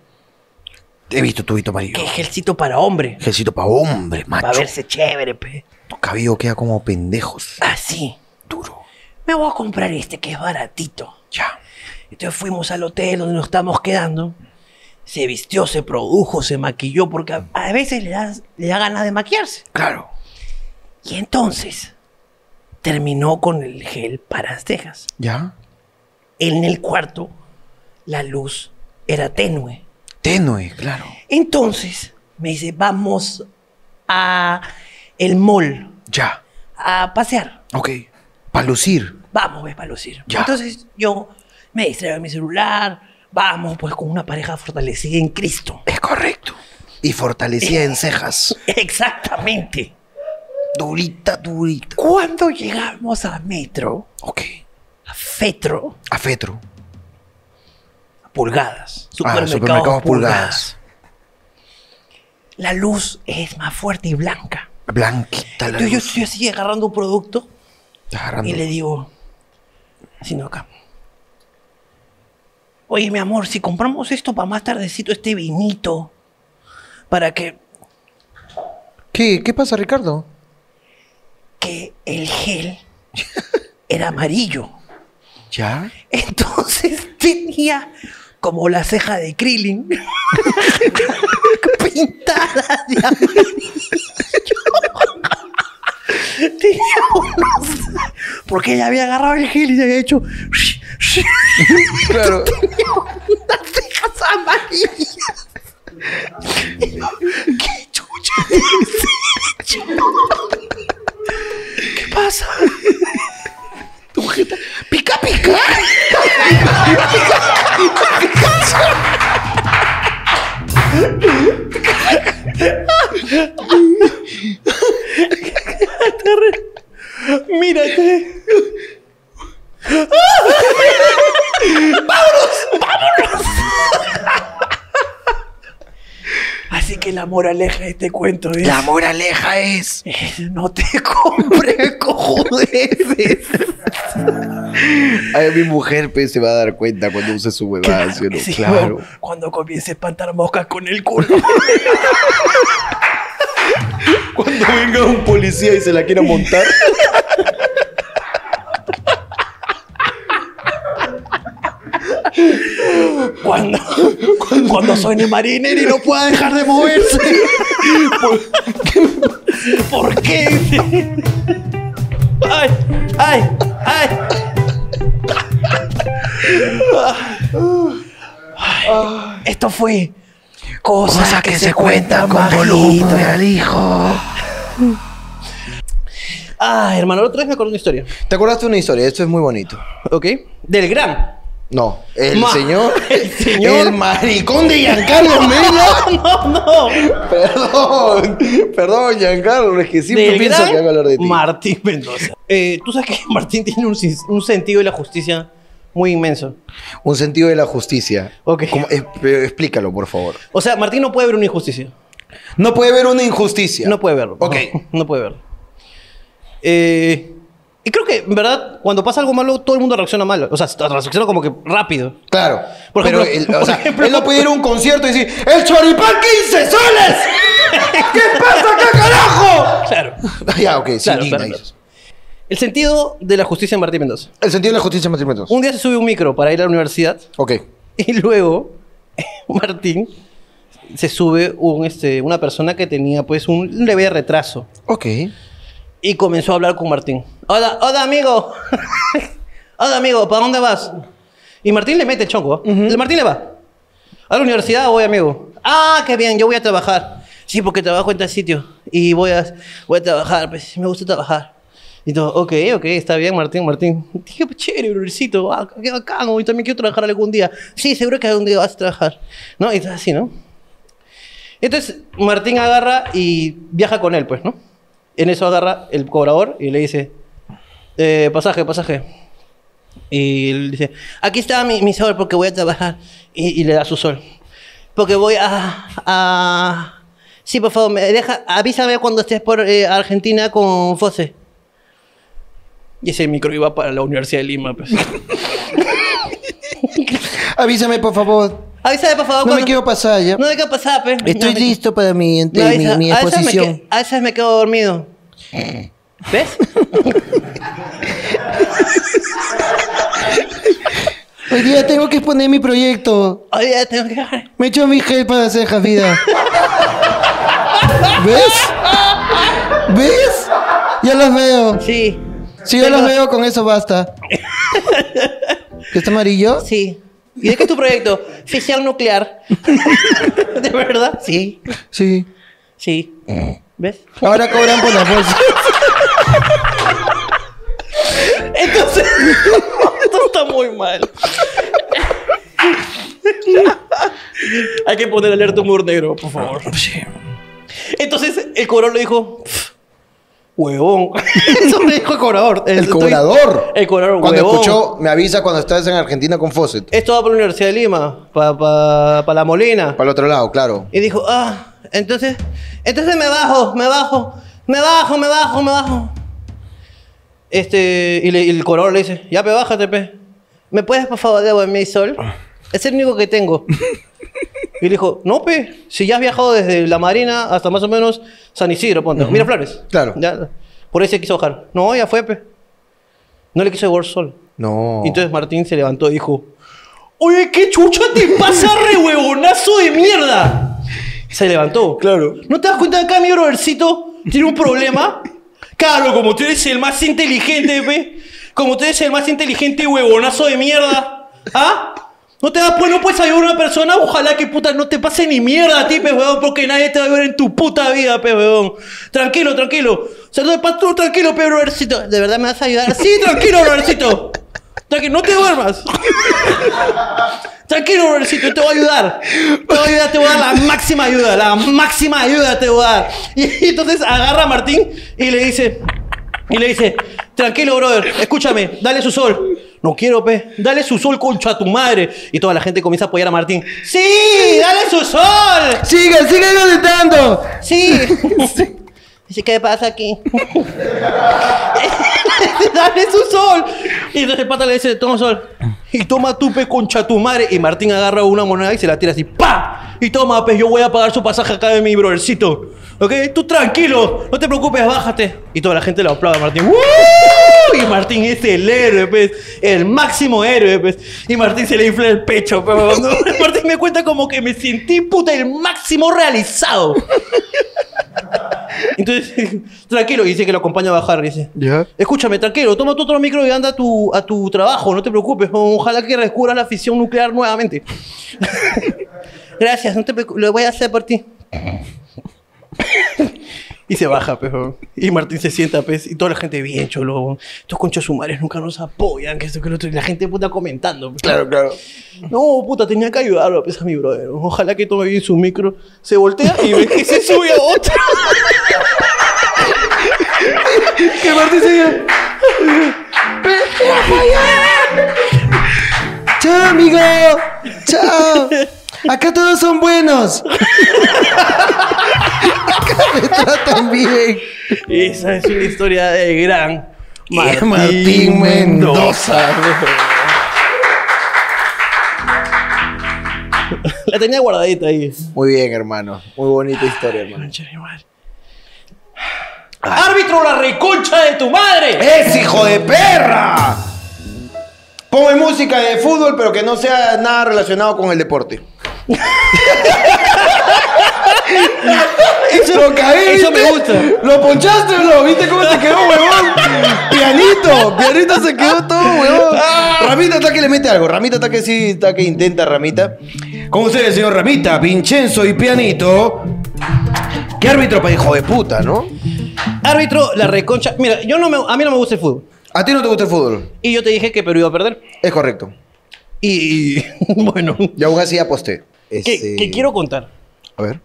[SPEAKER 1] He visto tubito amarillo.
[SPEAKER 4] Que es gelcito para hombre.
[SPEAKER 1] Gelcito para hombre, macho.
[SPEAKER 4] Para verse chévere, pe.
[SPEAKER 1] Tu cabello queda como pendejos.
[SPEAKER 4] Así. Duro. Me voy a comprar este que es baratito.
[SPEAKER 1] Ya.
[SPEAKER 4] Entonces fuimos al hotel donde nos estamos quedando. Se vistió, se produjo, se maquilló, porque a, a veces le da, le da ganas de maquillarse.
[SPEAKER 1] Claro.
[SPEAKER 4] Y entonces terminó con el gel para cejas.
[SPEAKER 1] Ya.
[SPEAKER 4] En el cuarto la luz era tenue.
[SPEAKER 1] Tenue, claro.
[SPEAKER 4] Entonces me dice, vamos a el mall
[SPEAKER 1] Ya.
[SPEAKER 4] a pasear.
[SPEAKER 1] Ok. Para lucir.
[SPEAKER 4] Vamos, ve, para lucir.
[SPEAKER 1] Ya.
[SPEAKER 4] Entonces yo me distraigo en mi celular. Vamos, pues, con una pareja fortalecida en Cristo.
[SPEAKER 1] Es correcto. Y fortalecida en cejas.
[SPEAKER 4] Exactamente.
[SPEAKER 1] Durita, durita.
[SPEAKER 4] Cuando llegamos a Metro,
[SPEAKER 1] Ok.
[SPEAKER 4] a Fetro,
[SPEAKER 1] A Fetro.
[SPEAKER 4] a Pulgadas,
[SPEAKER 1] Ah,
[SPEAKER 4] supermercados,
[SPEAKER 1] supermercados
[SPEAKER 4] pulgadas,
[SPEAKER 1] pulgadas.
[SPEAKER 4] la luz es más fuerte y blanca.
[SPEAKER 1] Blanquita la
[SPEAKER 4] Yo, yo
[SPEAKER 1] luz.
[SPEAKER 4] estoy así agarrando un producto
[SPEAKER 1] Agarrando.
[SPEAKER 4] y le digo, haciendo acá. Oye, mi amor, si compramos esto para más tardecito, este vinito, para que,
[SPEAKER 1] ¿Qué, ¿Qué pasa, Ricardo?
[SPEAKER 4] que el gel era amarillo.
[SPEAKER 1] ¿Ya?
[SPEAKER 4] Entonces [LAUGHS] tenía como la ceja de Krillin [LAUGHS] pintada de amarillo. tenía unos... Porque ella había agarrado el gel y se había hecho... [LAUGHS]
[SPEAKER 1] Claro.
[SPEAKER 4] las cejas amarillas. [LAUGHS] ¿Qué chucha dice? ¿Qué pasa? Tu jeta- ¡Pica, pica! Mírate. Así que la moraleja de este cuento es...
[SPEAKER 1] La moraleja es.
[SPEAKER 4] No te [LAUGHS] compres cojudeces.
[SPEAKER 6] Ay, mi mujer pe, se va a dar cuenta cuando use su huevada, ¿sí o no?
[SPEAKER 4] que sí,
[SPEAKER 6] [LAUGHS] Claro.
[SPEAKER 4] ¿no? Cuando comience a espantar moscas con el culo. [LAUGHS]
[SPEAKER 6] Cuando venga un policía y se la quiera montar.
[SPEAKER 4] Cuando, cuando suene Mariner y no pueda dejar de moverse. ¿Por qué? ¡Ay! ¡Ay! ¡Ay! Ay, Esto fue cosas, que, se, cuentan con volumen.
[SPEAKER 1] hijo.
[SPEAKER 2] Ah, hermano, la otra vez me acordé de una historia.
[SPEAKER 6] [LAUGHS] ¿Te acordaste de una historia? Esto es muy bonito.
[SPEAKER 2] ¿Ok? Del gran.
[SPEAKER 6] No, el
[SPEAKER 2] Ma-
[SPEAKER 6] señor.
[SPEAKER 2] [LAUGHS] el señor.
[SPEAKER 6] El maricón de
[SPEAKER 2] [LAUGHS]
[SPEAKER 6] Giancarlo Mena.
[SPEAKER 2] [LAUGHS] No, no.
[SPEAKER 6] Perdón, perdón, Giancarlo, es que siempre
[SPEAKER 2] Del
[SPEAKER 6] pienso
[SPEAKER 2] gran
[SPEAKER 6] que hago hablar de ti.
[SPEAKER 2] Martín Mendoza. Eh, Tú sabes que [LAUGHS] Martín tiene un, sin- un sentido de la justicia muy inmenso.
[SPEAKER 6] Un sentido de la justicia.
[SPEAKER 2] Ok.
[SPEAKER 6] ¿Cómo? Es- pero explícalo, por favor.
[SPEAKER 2] O sea, Martín no puede ver una injusticia.
[SPEAKER 6] No puede haber una injusticia.
[SPEAKER 2] No puede verlo.
[SPEAKER 6] Ok.
[SPEAKER 2] No, no puede verlo. Eh, y creo que, en verdad, cuando pasa algo malo, todo el mundo reacciona mal. O sea, reacciona como que rápido.
[SPEAKER 6] Claro.
[SPEAKER 2] Por
[SPEAKER 6] Pero
[SPEAKER 2] ejemplo-
[SPEAKER 6] él, o
[SPEAKER 2] por
[SPEAKER 6] sea,
[SPEAKER 2] ejemplo-
[SPEAKER 6] él no puede ir a un concierto y decir, ¡El choripán
[SPEAKER 2] [LAUGHS]
[SPEAKER 6] 15 soles! ¿Qué pasa acá, carajo? Ah,
[SPEAKER 2] Claro.
[SPEAKER 6] ya, ok, sí,
[SPEAKER 2] Claro,
[SPEAKER 6] digna,
[SPEAKER 2] claro,
[SPEAKER 6] dices.
[SPEAKER 2] El sentido de la justicia en Martín Mendoza.
[SPEAKER 6] El sentido de la justicia matrimonial.
[SPEAKER 2] Un día se sube un micro para ir a la universidad
[SPEAKER 6] Ok.
[SPEAKER 2] [LAUGHS] y luego Martín se sube un, este, una persona que tenía pues un leve retraso
[SPEAKER 6] Ok.
[SPEAKER 2] y comenzó a hablar con Martín. Hola, hola amigo. [LAUGHS] hola amigo, ¿para dónde vas? Y Martín le mete el chonco. ¿eh? El Martín le va. A la universidad voy, amigo. Ah, qué bien, yo voy a trabajar. Sí, porque trabajo en tal sitio. Y voy a, voy a trabajar, pues me gusta trabajar. Y todo, ok, ok, está bien, Martín, Martín. Dije, pues, chévere, brothercito, ah, qué bacán, hoy también quiero trabajar algún día. Sí, seguro que algún día vas a trabajar. ¿No? Y está así, ¿no? Entonces Martín agarra y viaja con él, pues, ¿no? En eso agarra el cobrador y le dice, eh, pasaje, pasaje. Y él dice, aquí está mi, mi sol porque voy a trabajar. Y, y le da su sol. Porque voy a, a- Sí, por favor, me deja, avísame cuando estés por eh, Argentina con Fose. Y ese micro iba para la Universidad de Lima, pues.
[SPEAKER 1] Avísame, por favor.
[SPEAKER 2] Avísame, por favor.
[SPEAKER 1] No me quiero pasar ya.
[SPEAKER 2] No hay que pasar, pues.
[SPEAKER 1] Estoy
[SPEAKER 2] No, me-
[SPEAKER 1] listo para mi, ente-
[SPEAKER 2] me
[SPEAKER 1] mi,
[SPEAKER 2] avisa-
[SPEAKER 1] mi
[SPEAKER 2] a veces me
[SPEAKER 1] exposición.
[SPEAKER 2] que- A veces me quedo dormido. [LAUGHS] ¿Ves?
[SPEAKER 1] Hoy día tengo que exponer mi proyecto.
[SPEAKER 2] Hoy día tengo que...
[SPEAKER 1] Me echo mi gel para hacer vida. ¿Ves? ¿Ves? Ya los veo.
[SPEAKER 2] Sí.
[SPEAKER 1] Si yo los
[SPEAKER 2] Tengo-
[SPEAKER 1] veo, con eso basta. ¿Que ¿Está amarillo?
[SPEAKER 2] Sí. ¿Y de qué es tu proyecto? Fisión nuclear. [LAUGHS] ¿De verdad? Sí.
[SPEAKER 1] Sí.
[SPEAKER 2] Sí.
[SPEAKER 6] Mm.
[SPEAKER 2] ¿Ves?
[SPEAKER 1] Ahora cobran por las bolsas.
[SPEAKER 2] Entonces, [LAUGHS] esto está muy mal. Hay que poner alerta humor negro, por favor. Entonces, el cobrador le dijo, huevón. Eso le dijo el cobrador.
[SPEAKER 6] El
[SPEAKER 2] Estoy-
[SPEAKER 6] cobrador.
[SPEAKER 2] El cobrador,
[SPEAKER 6] Cuando
[SPEAKER 2] huevón.
[SPEAKER 6] escuchó, me avisa cuando estás en Argentina con Fawcett.
[SPEAKER 2] Esto va para la Universidad de Lima, para La Molina.
[SPEAKER 6] Para el otro lado, claro.
[SPEAKER 2] Y dijo, ah, entonces, entonces me bajo, me bajo, me bajo, me bajo, me bajo. Este, y, le- y el cobrador le dice, ya, pe, bájate, pe. ¿Me puedes, por favor, devolver mi sol? Es el único que tengo. y le dijo, no, pe, si ya has viajado desde La Marina hasta más o menos San Isidro, ponte. Mira, Flores. Claro. por ahí se quiso bajar. No, ya fue, pe. No le quiso devolver sol.
[SPEAKER 6] No.
[SPEAKER 2] Y entonces Martín se levantó y dijo, Oye, ¿qué chucha te pasa, re huevonazo de mierda? Se levantó. Claro. ¿No te das cuenta de acá mi brothercito tiene un problema? Claro, como tú eres el más inteligente, pe. Como tú eres el más inteligente, huevonazo de mierda. ¿Ah? No te das, pues, no puedes ayudar a una persona. Ojalá que puta no te pase ni mierda a ti, pe, huevón, porque nadie te va a ayudar en tu puta vida, pe, huevón. Tranquilo, tranquilo. Saludos, pastor, tranquilo, pe, brothercito. ¿De verdad me vas a ayudar? Sí, tranquilo, brothercito. Tranquilo, no te duermas. Tranquilo, brothercito, yo te voy a ayudar. Te voy a ayudar, te voy a dar la máxima ayuda, la máxima ayuda te voy a dar. Y, y entonces agarra a Martín y le dice, y le dice, tranquilo, brother, escúchame, dale su sol. No quiero, pe. Dale su sol, concha a tu madre. Y toda la gente comienza a apoyar a Martín. ¡Sí! ¡Dale su sol!
[SPEAKER 1] ¡Sigan, sigan gritando!
[SPEAKER 2] ¡Sí! Dice, ¿qué pasa aquí? [LAUGHS] ¡Dale su sol! Y entonces el pata le dice, toma sol. Y toma tu pe concha tu madre. Y Martín agarra una moneda y se la tira así. ¡Pa! Y toma, pues yo voy a pagar su pasaje acá de mi brothercito. ¿Ok? Tú tranquilo, no te preocupes, bájate. Y toda la gente lo aplaude a Martín. ¡Woo! Y Martín es el héroe, pues. El máximo héroe, pues. Y Martín se le infla el pecho, pues. huevón. Martín me cuenta como que me sentí, puta, el máximo realizado. [LAUGHS] Entonces, [LAUGHS] tranquilo, y dice que lo acompaña a bajar, dice.
[SPEAKER 1] ¿Ya?
[SPEAKER 2] Escúchame, tranquilo, toma tu otro micro y anda a tu, a tu trabajo, no te preocupes. Ojalá que descubras la fisión nuclear nuevamente. [LAUGHS] Gracias, no te preocu- lo voy a hacer por ti. [LAUGHS] y se baja, pejo. Y Martín se sienta, pez, y toda la gente bien, cholo. huevón. Estos conchos sumares nunca nos apoyan, que esto que lo otro. Y la gente puta comentando. pues.
[SPEAKER 6] Claro, claro.
[SPEAKER 2] No, puta, tenía que ayudarlo, pesa mi brother. Ojalá que tome bien su micro. Se voltea y ve que se sube a otro.
[SPEAKER 1] Que Martín sigue. ¡Chao, amigo! ¡Chao! Acá todos son buenos. Acá me tratan bien.
[SPEAKER 2] Esa es una historia de gran Martín,
[SPEAKER 1] Martín
[SPEAKER 2] Mendoza. La tenía guardadita ahí.
[SPEAKER 6] Muy bien, hermano. Muy bonita historia, hermano.
[SPEAKER 2] ¡Árbitro, la reconcha de tu madre!
[SPEAKER 6] ¡Es hijo de perra! Ponme música de fútbol, pero que no sea nada relacionado con el deporte.
[SPEAKER 2] Eso-
[SPEAKER 6] lo caí,
[SPEAKER 2] eso
[SPEAKER 6] ¿viste?
[SPEAKER 2] me gusta.
[SPEAKER 6] Lo ponchaste, bro. ¿Viste cómo se quedó, huevón? Pianito, pianito se quedó todo, huevón.
[SPEAKER 2] Ah.
[SPEAKER 6] Ramita está que le mete algo. Ramita está que sí, está que intenta, Ramita.
[SPEAKER 7] Con ustedes, señor Ramita, Vincenzo y Pianito.
[SPEAKER 6] ¿Qué árbitro para hijo de puta, no?
[SPEAKER 2] Árbitro, la reconcha. Mira, yo no me, a mí no me gusta el fútbol.
[SPEAKER 6] ¿A ti no te gusta el fútbol?
[SPEAKER 2] Y yo te dije que Perú iba a perder.
[SPEAKER 6] Es correcto.
[SPEAKER 2] Y, [LAUGHS] bueno.
[SPEAKER 6] Y aún así aposté.
[SPEAKER 2] ¿Qué,
[SPEAKER 6] Este,
[SPEAKER 2] qué quiero contar?
[SPEAKER 6] A ver.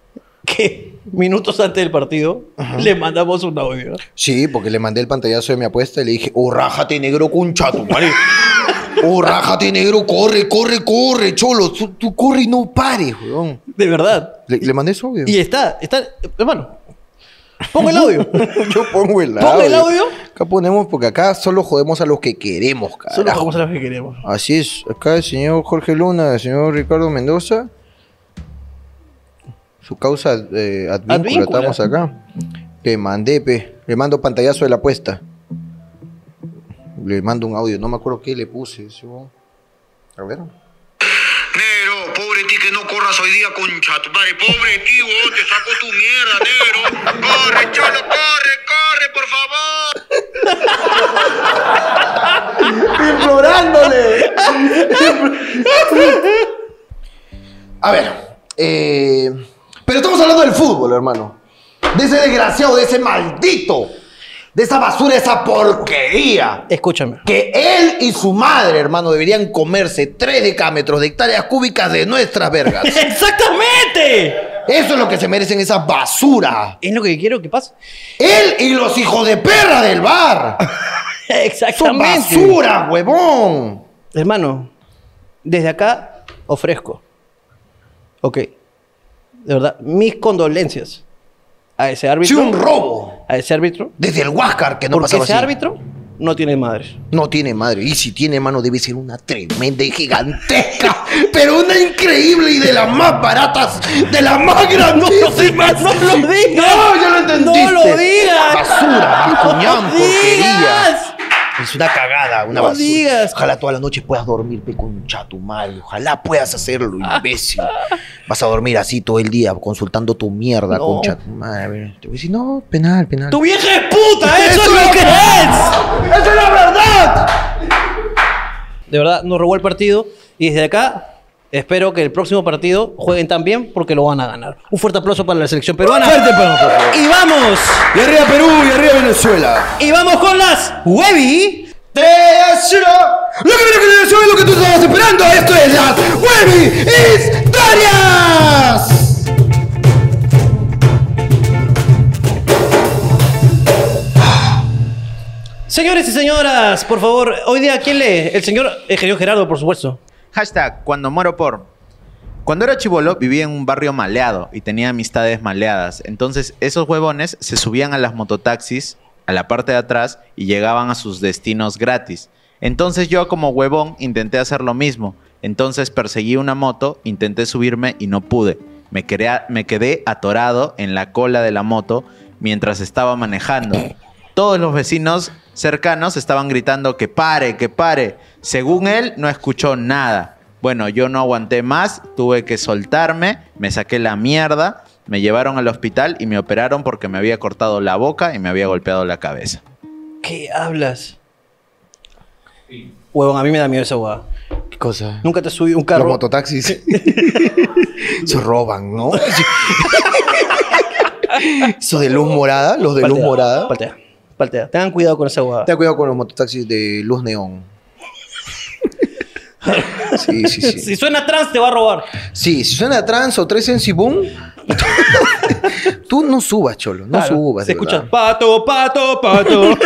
[SPEAKER 2] que minutos antes del partido le mandamos un audio.
[SPEAKER 6] Sí, porque le mandé el pantallazo de mi apuesta y le dije, oh, rájate negro concha
[SPEAKER 2] [LAUGHS]
[SPEAKER 6] tu madre. Oh, rájate negro, corre, corre, corre, cholo. Tú, tú corre y no pares, weón.
[SPEAKER 2] De verdad.
[SPEAKER 6] Le, le mandé su audio.
[SPEAKER 2] Y está, está, hermano. Pongo
[SPEAKER 6] [LAUGHS]
[SPEAKER 2] el audio.
[SPEAKER 6] Yo pongo el audio.
[SPEAKER 2] ¿Pongo el audio?
[SPEAKER 6] Acá ponemos, porque acá solo jodemos a los que queremos, carajo.
[SPEAKER 2] Solo vamos a los que queremos.
[SPEAKER 6] Así es. Acá el señor Jorge Luna, el señor Ricardo Mendoza. Su causa eh, advíncula,
[SPEAKER 2] Advíncula.
[SPEAKER 6] estamos acá. Le mandé, pe. Le mando pantallazo de la apuesta. Le mando un audio. No me acuerdo qué le puse. sí, bueno. A ver.
[SPEAKER 13] Negro, pobre ti que no corras hoy día, concha tu madre. Pobre ti, weón, te saco tu mierda, negro. Corre, cholo, corre, corre, por favor.
[SPEAKER 6] ¡Implorándole! A ver. eh, pero estamos hablando del fútbol, hermano. De ese desgraciado, de ese maldito. De esa basura, de esa porquería.
[SPEAKER 2] Escúchame.
[SPEAKER 6] Que él y su madre, hermano, deberían comerse 3 decámetros de hectáreas cúbicas de nuestras vergas.
[SPEAKER 2] [LAUGHS] ¡Exactamente!
[SPEAKER 6] Eso es lo que se merecen esa basura.
[SPEAKER 2] Es lo que quiero que pase.
[SPEAKER 6] Él y los hijos de perra del bar. Son
[SPEAKER 2] [LAUGHS] Exactamente.
[SPEAKER 6] basura, huevón.
[SPEAKER 2] Hermano, desde acá ofrezco. Ok. De verdad, mis condolencias a ese árbitro.
[SPEAKER 6] Sí, un robo.
[SPEAKER 2] A ese árbitro.
[SPEAKER 6] Desde el Huáscar que no
[SPEAKER 2] Porque
[SPEAKER 6] pasaba
[SPEAKER 2] ese
[SPEAKER 6] así.
[SPEAKER 2] árbitro no tiene madre.
[SPEAKER 6] No tiene madre. Y si tiene mano, debe ser una tremenda y gigantesca. [LAUGHS] pero una increíble y de las más baratas. De las más grandísimas.
[SPEAKER 2] No, no lo digas.
[SPEAKER 6] [LAUGHS] No, ya lo entendiste.
[SPEAKER 2] No lo digas.
[SPEAKER 6] Basura, bascuñán,
[SPEAKER 2] No
[SPEAKER 6] porquería.
[SPEAKER 2] digas.
[SPEAKER 6] Es una cagada, una
[SPEAKER 2] No
[SPEAKER 6] basura.
[SPEAKER 2] digas.
[SPEAKER 6] Ojalá toda la noche puedas dormir, pe concha tu madre. Ojalá puedas hacerlo, imbécil. Vas a dormir así todo el día, consultando tu mierda,
[SPEAKER 2] No.
[SPEAKER 6] concha tu madre. Te voy a decir, no, penal, penal.
[SPEAKER 2] ¡Tu vieja es puta! ¡Eso es
[SPEAKER 6] ¡Eso
[SPEAKER 2] lo
[SPEAKER 6] es
[SPEAKER 2] que es!
[SPEAKER 6] ¡Esa es la verdad!
[SPEAKER 2] De verdad, nos robó el partido. Y desde acá, espero que el próximo partido jueguen tan bien porque lo van a ganar. Un fuerte aplauso para la selección peruana.
[SPEAKER 1] Fuerte aplauso, por favor.
[SPEAKER 2] ¡Y vamos!
[SPEAKER 1] Y arriba Perú y arriba Venezuela.
[SPEAKER 2] ¡Y vamos con las Webby!
[SPEAKER 1] 3 a 0. Lo que viene a continuación es lo que tú estabas esperando. Esto es las Webby Historias.
[SPEAKER 2] Señores y señoras, por favor, hoy día, ¿quién lee? El señor Eugenio Gerardo, por supuesto.
[SPEAKER 5] Hashtag, cuando muero por. Cuando era chivolo vivía en un barrio maleado y tenía amistades maleadas. Entonces esos huevones se subían a las mototaxis a la parte de atrás y llegaban a sus destinos gratis. Entonces yo como huevón intenté hacer lo mismo. Entonces perseguí una moto, intenté subirme y no pude. Me, quedé- me quedé atorado en la cola de la moto mientras estaba manejando. Todos los vecinos cercanos estaban gritando que pare, que pare. Según él, no escuchó nada. Bueno, yo no aguanté más, tuve que soltarme, me saqué la mierda, me llevaron al hospital y me operaron porque me había cortado la boca y me había golpeado la cabeza.
[SPEAKER 2] ¿Qué hablas? Huevón, a mí me da miedo esa hueá.
[SPEAKER 6] ¿Qué cosa?
[SPEAKER 2] Nunca te subí un carro. [LAUGHS]
[SPEAKER 6] Los mototaxis. Se roban, ¿no? [LAUGHS] Esos de luz morada, los de luz
[SPEAKER 2] Paltea,
[SPEAKER 6] morada.
[SPEAKER 2] Paltea, paltea. Tengan cuidado con esa hueá.
[SPEAKER 6] Ten cuidado con los mototaxis de luz neón. Sí, sí, sí.
[SPEAKER 2] Si suena trans, te va a robar.
[SPEAKER 6] Sí, si suena trans o tres en Sibum, tú no subas, cholo. No
[SPEAKER 2] Claro,
[SPEAKER 6] subas.
[SPEAKER 2] Se
[SPEAKER 6] de
[SPEAKER 2] escucha
[SPEAKER 6] verdad.
[SPEAKER 2] pato, pato, pato.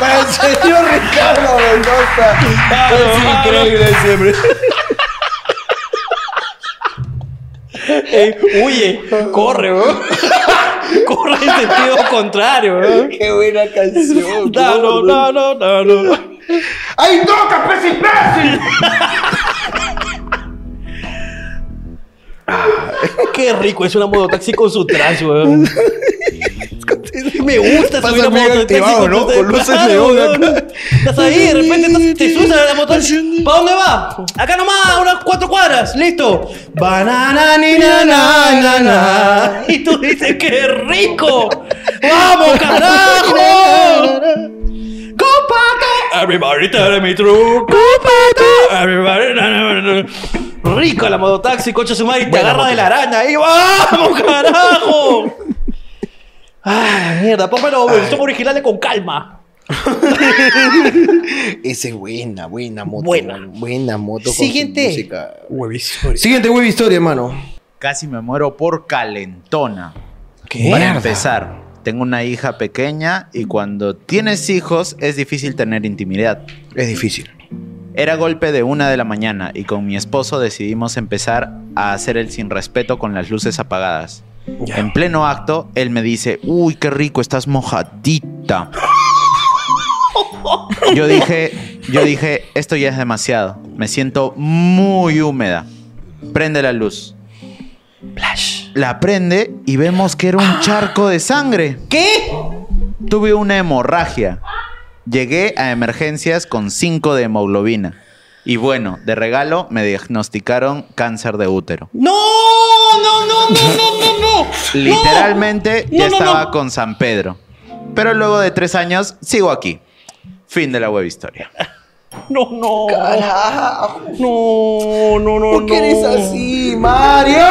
[SPEAKER 1] Para el señor Ricardo Mendoza.
[SPEAKER 2] Es increíble
[SPEAKER 1] siempre.
[SPEAKER 2] Ey, huye,
[SPEAKER 1] [LAUGHS]
[SPEAKER 2] corre, weón. corre en sentido contrario, weón.
[SPEAKER 1] Qué buena canción.
[SPEAKER 2] Dalo, dalo, dalo.
[SPEAKER 1] ¡Ay, toca, pez imbécil!
[SPEAKER 2] Qué rico es una mototaxi con su trans, weón. Me gusta
[SPEAKER 6] Pasa
[SPEAKER 2] subir a
[SPEAKER 6] bien
[SPEAKER 2] mototaxi
[SPEAKER 6] activado,
[SPEAKER 2] con
[SPEAKER 6] ¿no?
[SPEAKER 2] tu-
[SPEAKER 6] Con luces
[SPEAKER 2] Claro,
[SPEAKER 6] neón
[SPEAKER 2] weón.
[SPEAKER 6] acá.
[SPEAKER 2] Estás ahí, de repente estás- te subes a la mototaxi. ¿Para dónde va? Acá nomás, unas cuatro cuadras, listo. Banana, ni, na, na, na, na. Y tú dices, qué rico. ¡Vamos, carajo! ¡Copato! Everybody tell me true. ¡Copato! Everybody. na, na, na, na. Rico la mototaxi, coche su madre, y te
[SPEAKER 6] Buena
[SPEAKER 2] agarra
[SPEAKER 6] moto.
[SPEAKER 2] de la araña. ahí. ¡Vamos, [LAUGHS] carajo! ¡Ah, mierda! Póngalo, versión original con calma.
[SPEAKER 6] Esa es buena, buena moto.
[SPEAKER 4] Buena.
[SPEAKER 6] mano. Buena moto.
[SPEAKER 4] Siguiente.
[SPEAKER 6] Huevistoria.
[SPEAKER 5] Siguiente web historia, hermano. Casi me muero por calentona. Para empezar, tengo una hija pequeña y cuando tienes hijos es difícil tener intimidad.
[SPEAKER 6] Es difícil.
[SPEAKER 5] Era golpe de una de la mañana y con mi esposo decidimos empezar a hacer el sin respeto con las luces apagadas. En pleno acto, él me dice, uy, qué rico, estás mojadita. Yo dije, yo dije, esto ya es demasiado. Me siento muy húmeda. Prende la luz. La prende y vemos que era
[SPEAKER 4] Ah.
[SPEAKER 5] un charco de sangre. ¿Qué? Tuve una hemorragia. Llegué a emergencias con 5 de hemoglobina. Y bueno, de regalo me diagnosticaron cáncer de útero.
[SPEAKER 4] ¡No! ¡No, no, no, no, no, no!
[SPEAKER 5] Literalmente
[SPEAKER 4] No,
[SPEAKER 5] ya
[SPEAKER 4] no, no.
[SPEAKER 5] estaba con San Pedro. Pero luego de tres años sigo aquí. Fin de la web historia.
[SPEAKER 4] No, no. Carajo. No, no, no. ¿Por qué eres así,
[SPEAKER 2] ¡Mario!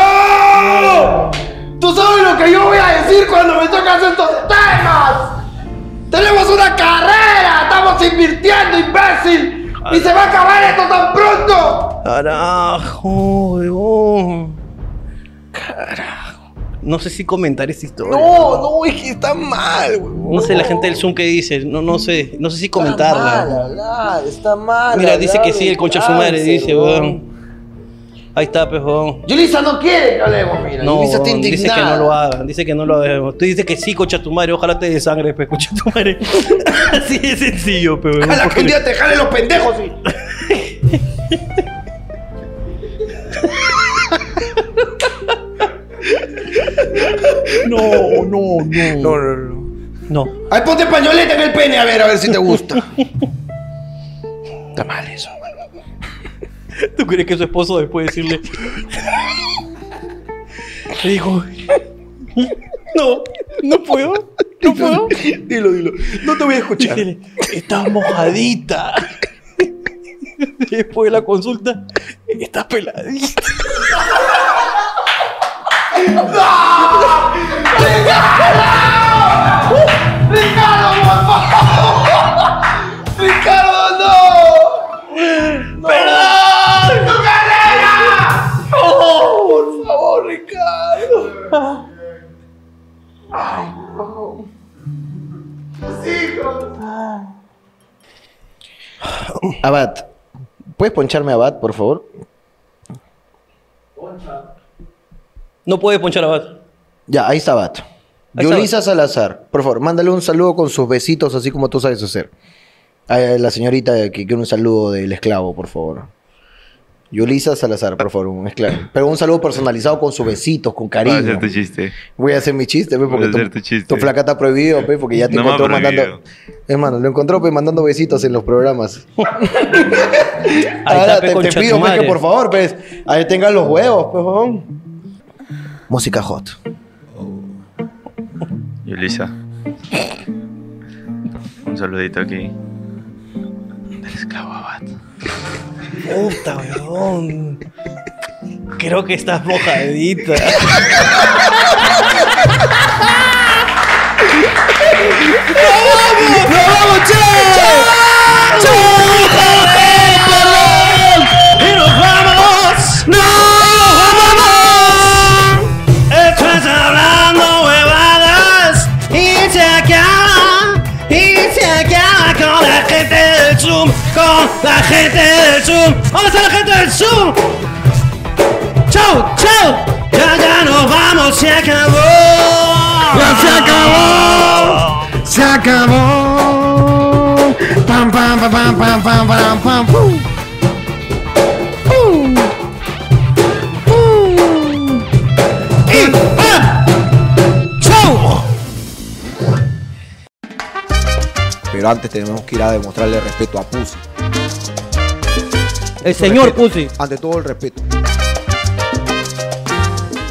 [SPEAKER 2] ¡Tú sabes lo que yo voy a decir cuando me tocas estos temas! ¡Tenemos una carrera! ¡Estamos invirtiendo, imbécil! ¡Y se va a acabar esto tan pronto!
[SPEAKER 4] Carajo, weón. Carajo. No sé si comentar esta historia.
[SPEAKER 6] No, no, es que está mal, güey.
[SPEAKER 4] No sé la gente del Zoom que dice. No, no sé. No sé si
[SPEAKER 6] Mal
[SPEAKER 4] comentarla.
[SPEAKER 6] hablar, está mal.
[SPEAKER 4] Mira, dice
[SPEAKER 6] hablar
[SPEAKER 4] que sí,
[SPEAKER 6] del
[SPEAKER 4] el concha de su madre.
[SPEAKER 6] cáncer,
[SPEAKER 4] Dice, weón. Ahí está, pejón.
[SPEAKER 6] Yulisa no quiere que hablemos, mira.
[SPEAKER 4] No,
[SPEAKER 6] Yulisa está
[SPEAKER 4] weón, dice que no
[SPEAKER 6] indignada.
[SPEAKER 4] lo hagan, dice que no lo hagamos. Tú dices que sí, concha tu madre, ojalá te dé sangre, pe, concha tu madre. [LAUGHS] Así de sencillo, pues, pero.
[SPEAKER 6] [LAUGHS]
[SPEAKER 2] ¡Ojalá que un día te jalen los pendejos! Y...
[SPEAKER 4] No, no, no. No, no, no. No.
[SPEAKER 2] ¡Ay, ponte pañoleta en el pene! A ver, a ver si te gusta.
[SPEAKER 4] Está mal eso. ¿Tú crees que su esposo después de decirle? Le dijo. No, no puedo. No puedo. Dilo, dilo. No te voy a escuchar. estás mojadita. Después de la consulta, estás peladita.
[SPEAKER 2] ¡Ricardo, por favor! ¡Ricardo, no! ¡Perdón! ¡Tu carrera! ¡Oh, por favor, Ricardo! ¡Ay, no! ¡Tus hijos!
[SPEAKER 6] [LAUGHS] Abad, ¿puedes poncharme a Abad, por favor?
[SPEAKER 4] No puedes ponchar a Bat.
[SPEAKER 6] Ya, ahí está Abad.
[SPEAKER 4] Ahí está
[SPEAKER 6] Yulisa Salazar, por favor, mándale un saludo con sus besitos, así como tú sabes hacer. A la señorita que quiere un saludo del esclavo, por favor. Yulisa Salazar, por favor, un esclavo. Pero un saludo personalizado con sus besitos, con
[SPEAKER 1] Voy a
[SPEAKER 6] cariño.
[SPEAKER 1] hacer tu chiste.
[SPEAKER 6] Voy a hacer mi chiste, pe, porque
[SPEAKER 1] Voy a hacer
[SPEAKER 6] tu,
[SPEAKER 1] tu chiste.
[SPEAKER 6] tu flaca está prohibido, pe, porque ya te
[SPEAKER 1] No me ha
[SPEAKER 6] encontró mandando.
[SPEAKER 1] prohibido.
[SPEAKER 6] Hermano, lo encontró pe, mandando besitos en los programas. Ahora
[SPEAKER 2] pe,
[SPEAKER 6] Ah,
[SPEAKER 4] pues,
[SPEAKER 6] te, te
[SPEAKER 2] concha
[SPEAKER 6] pido,
[SPEAKER 2] tu
[SPEAKER 6] pe, que
[SPEAKER 2] madre.
[SPEAKER 6] por favor, pues, ahí tengan los huevos, pe, huevón. Música hot.
[SPEAKER 1] Yulisa. Un saludito aquí.
[SPEAKER 4] Puta, weón. Creo que estás mojadita.
[SPEAKER 2] ¡Nos vamos, che! ¡Che! ¡Perdón! ¡Y nos vamos! ¡No! ¡Nos vamos! Esto es hablando huevadas y se acaba. Y se acaba con la gente del Zoom, con la gente del Zoom. ¡Vamos a la gente del Zoom! ¡Chau, chau! Ya, ya nos vamos, se acabó. ¡Ya se acabó! Se acabó. Pam, pam, pam, pam, pam, pam, pam, pam, pum. Pum. Pum. Y pam. ¡Chau!
[SPEAKER 6] Pero antes tenemos que ir a demostrarle respeto a Pussy.
[SPEAKER 4] El señor
[SPEAKER 6] Pussy. Ante todo el respeto.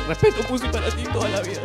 [SPEAKER 4] Respeto, Pussy, para ti toda la vida.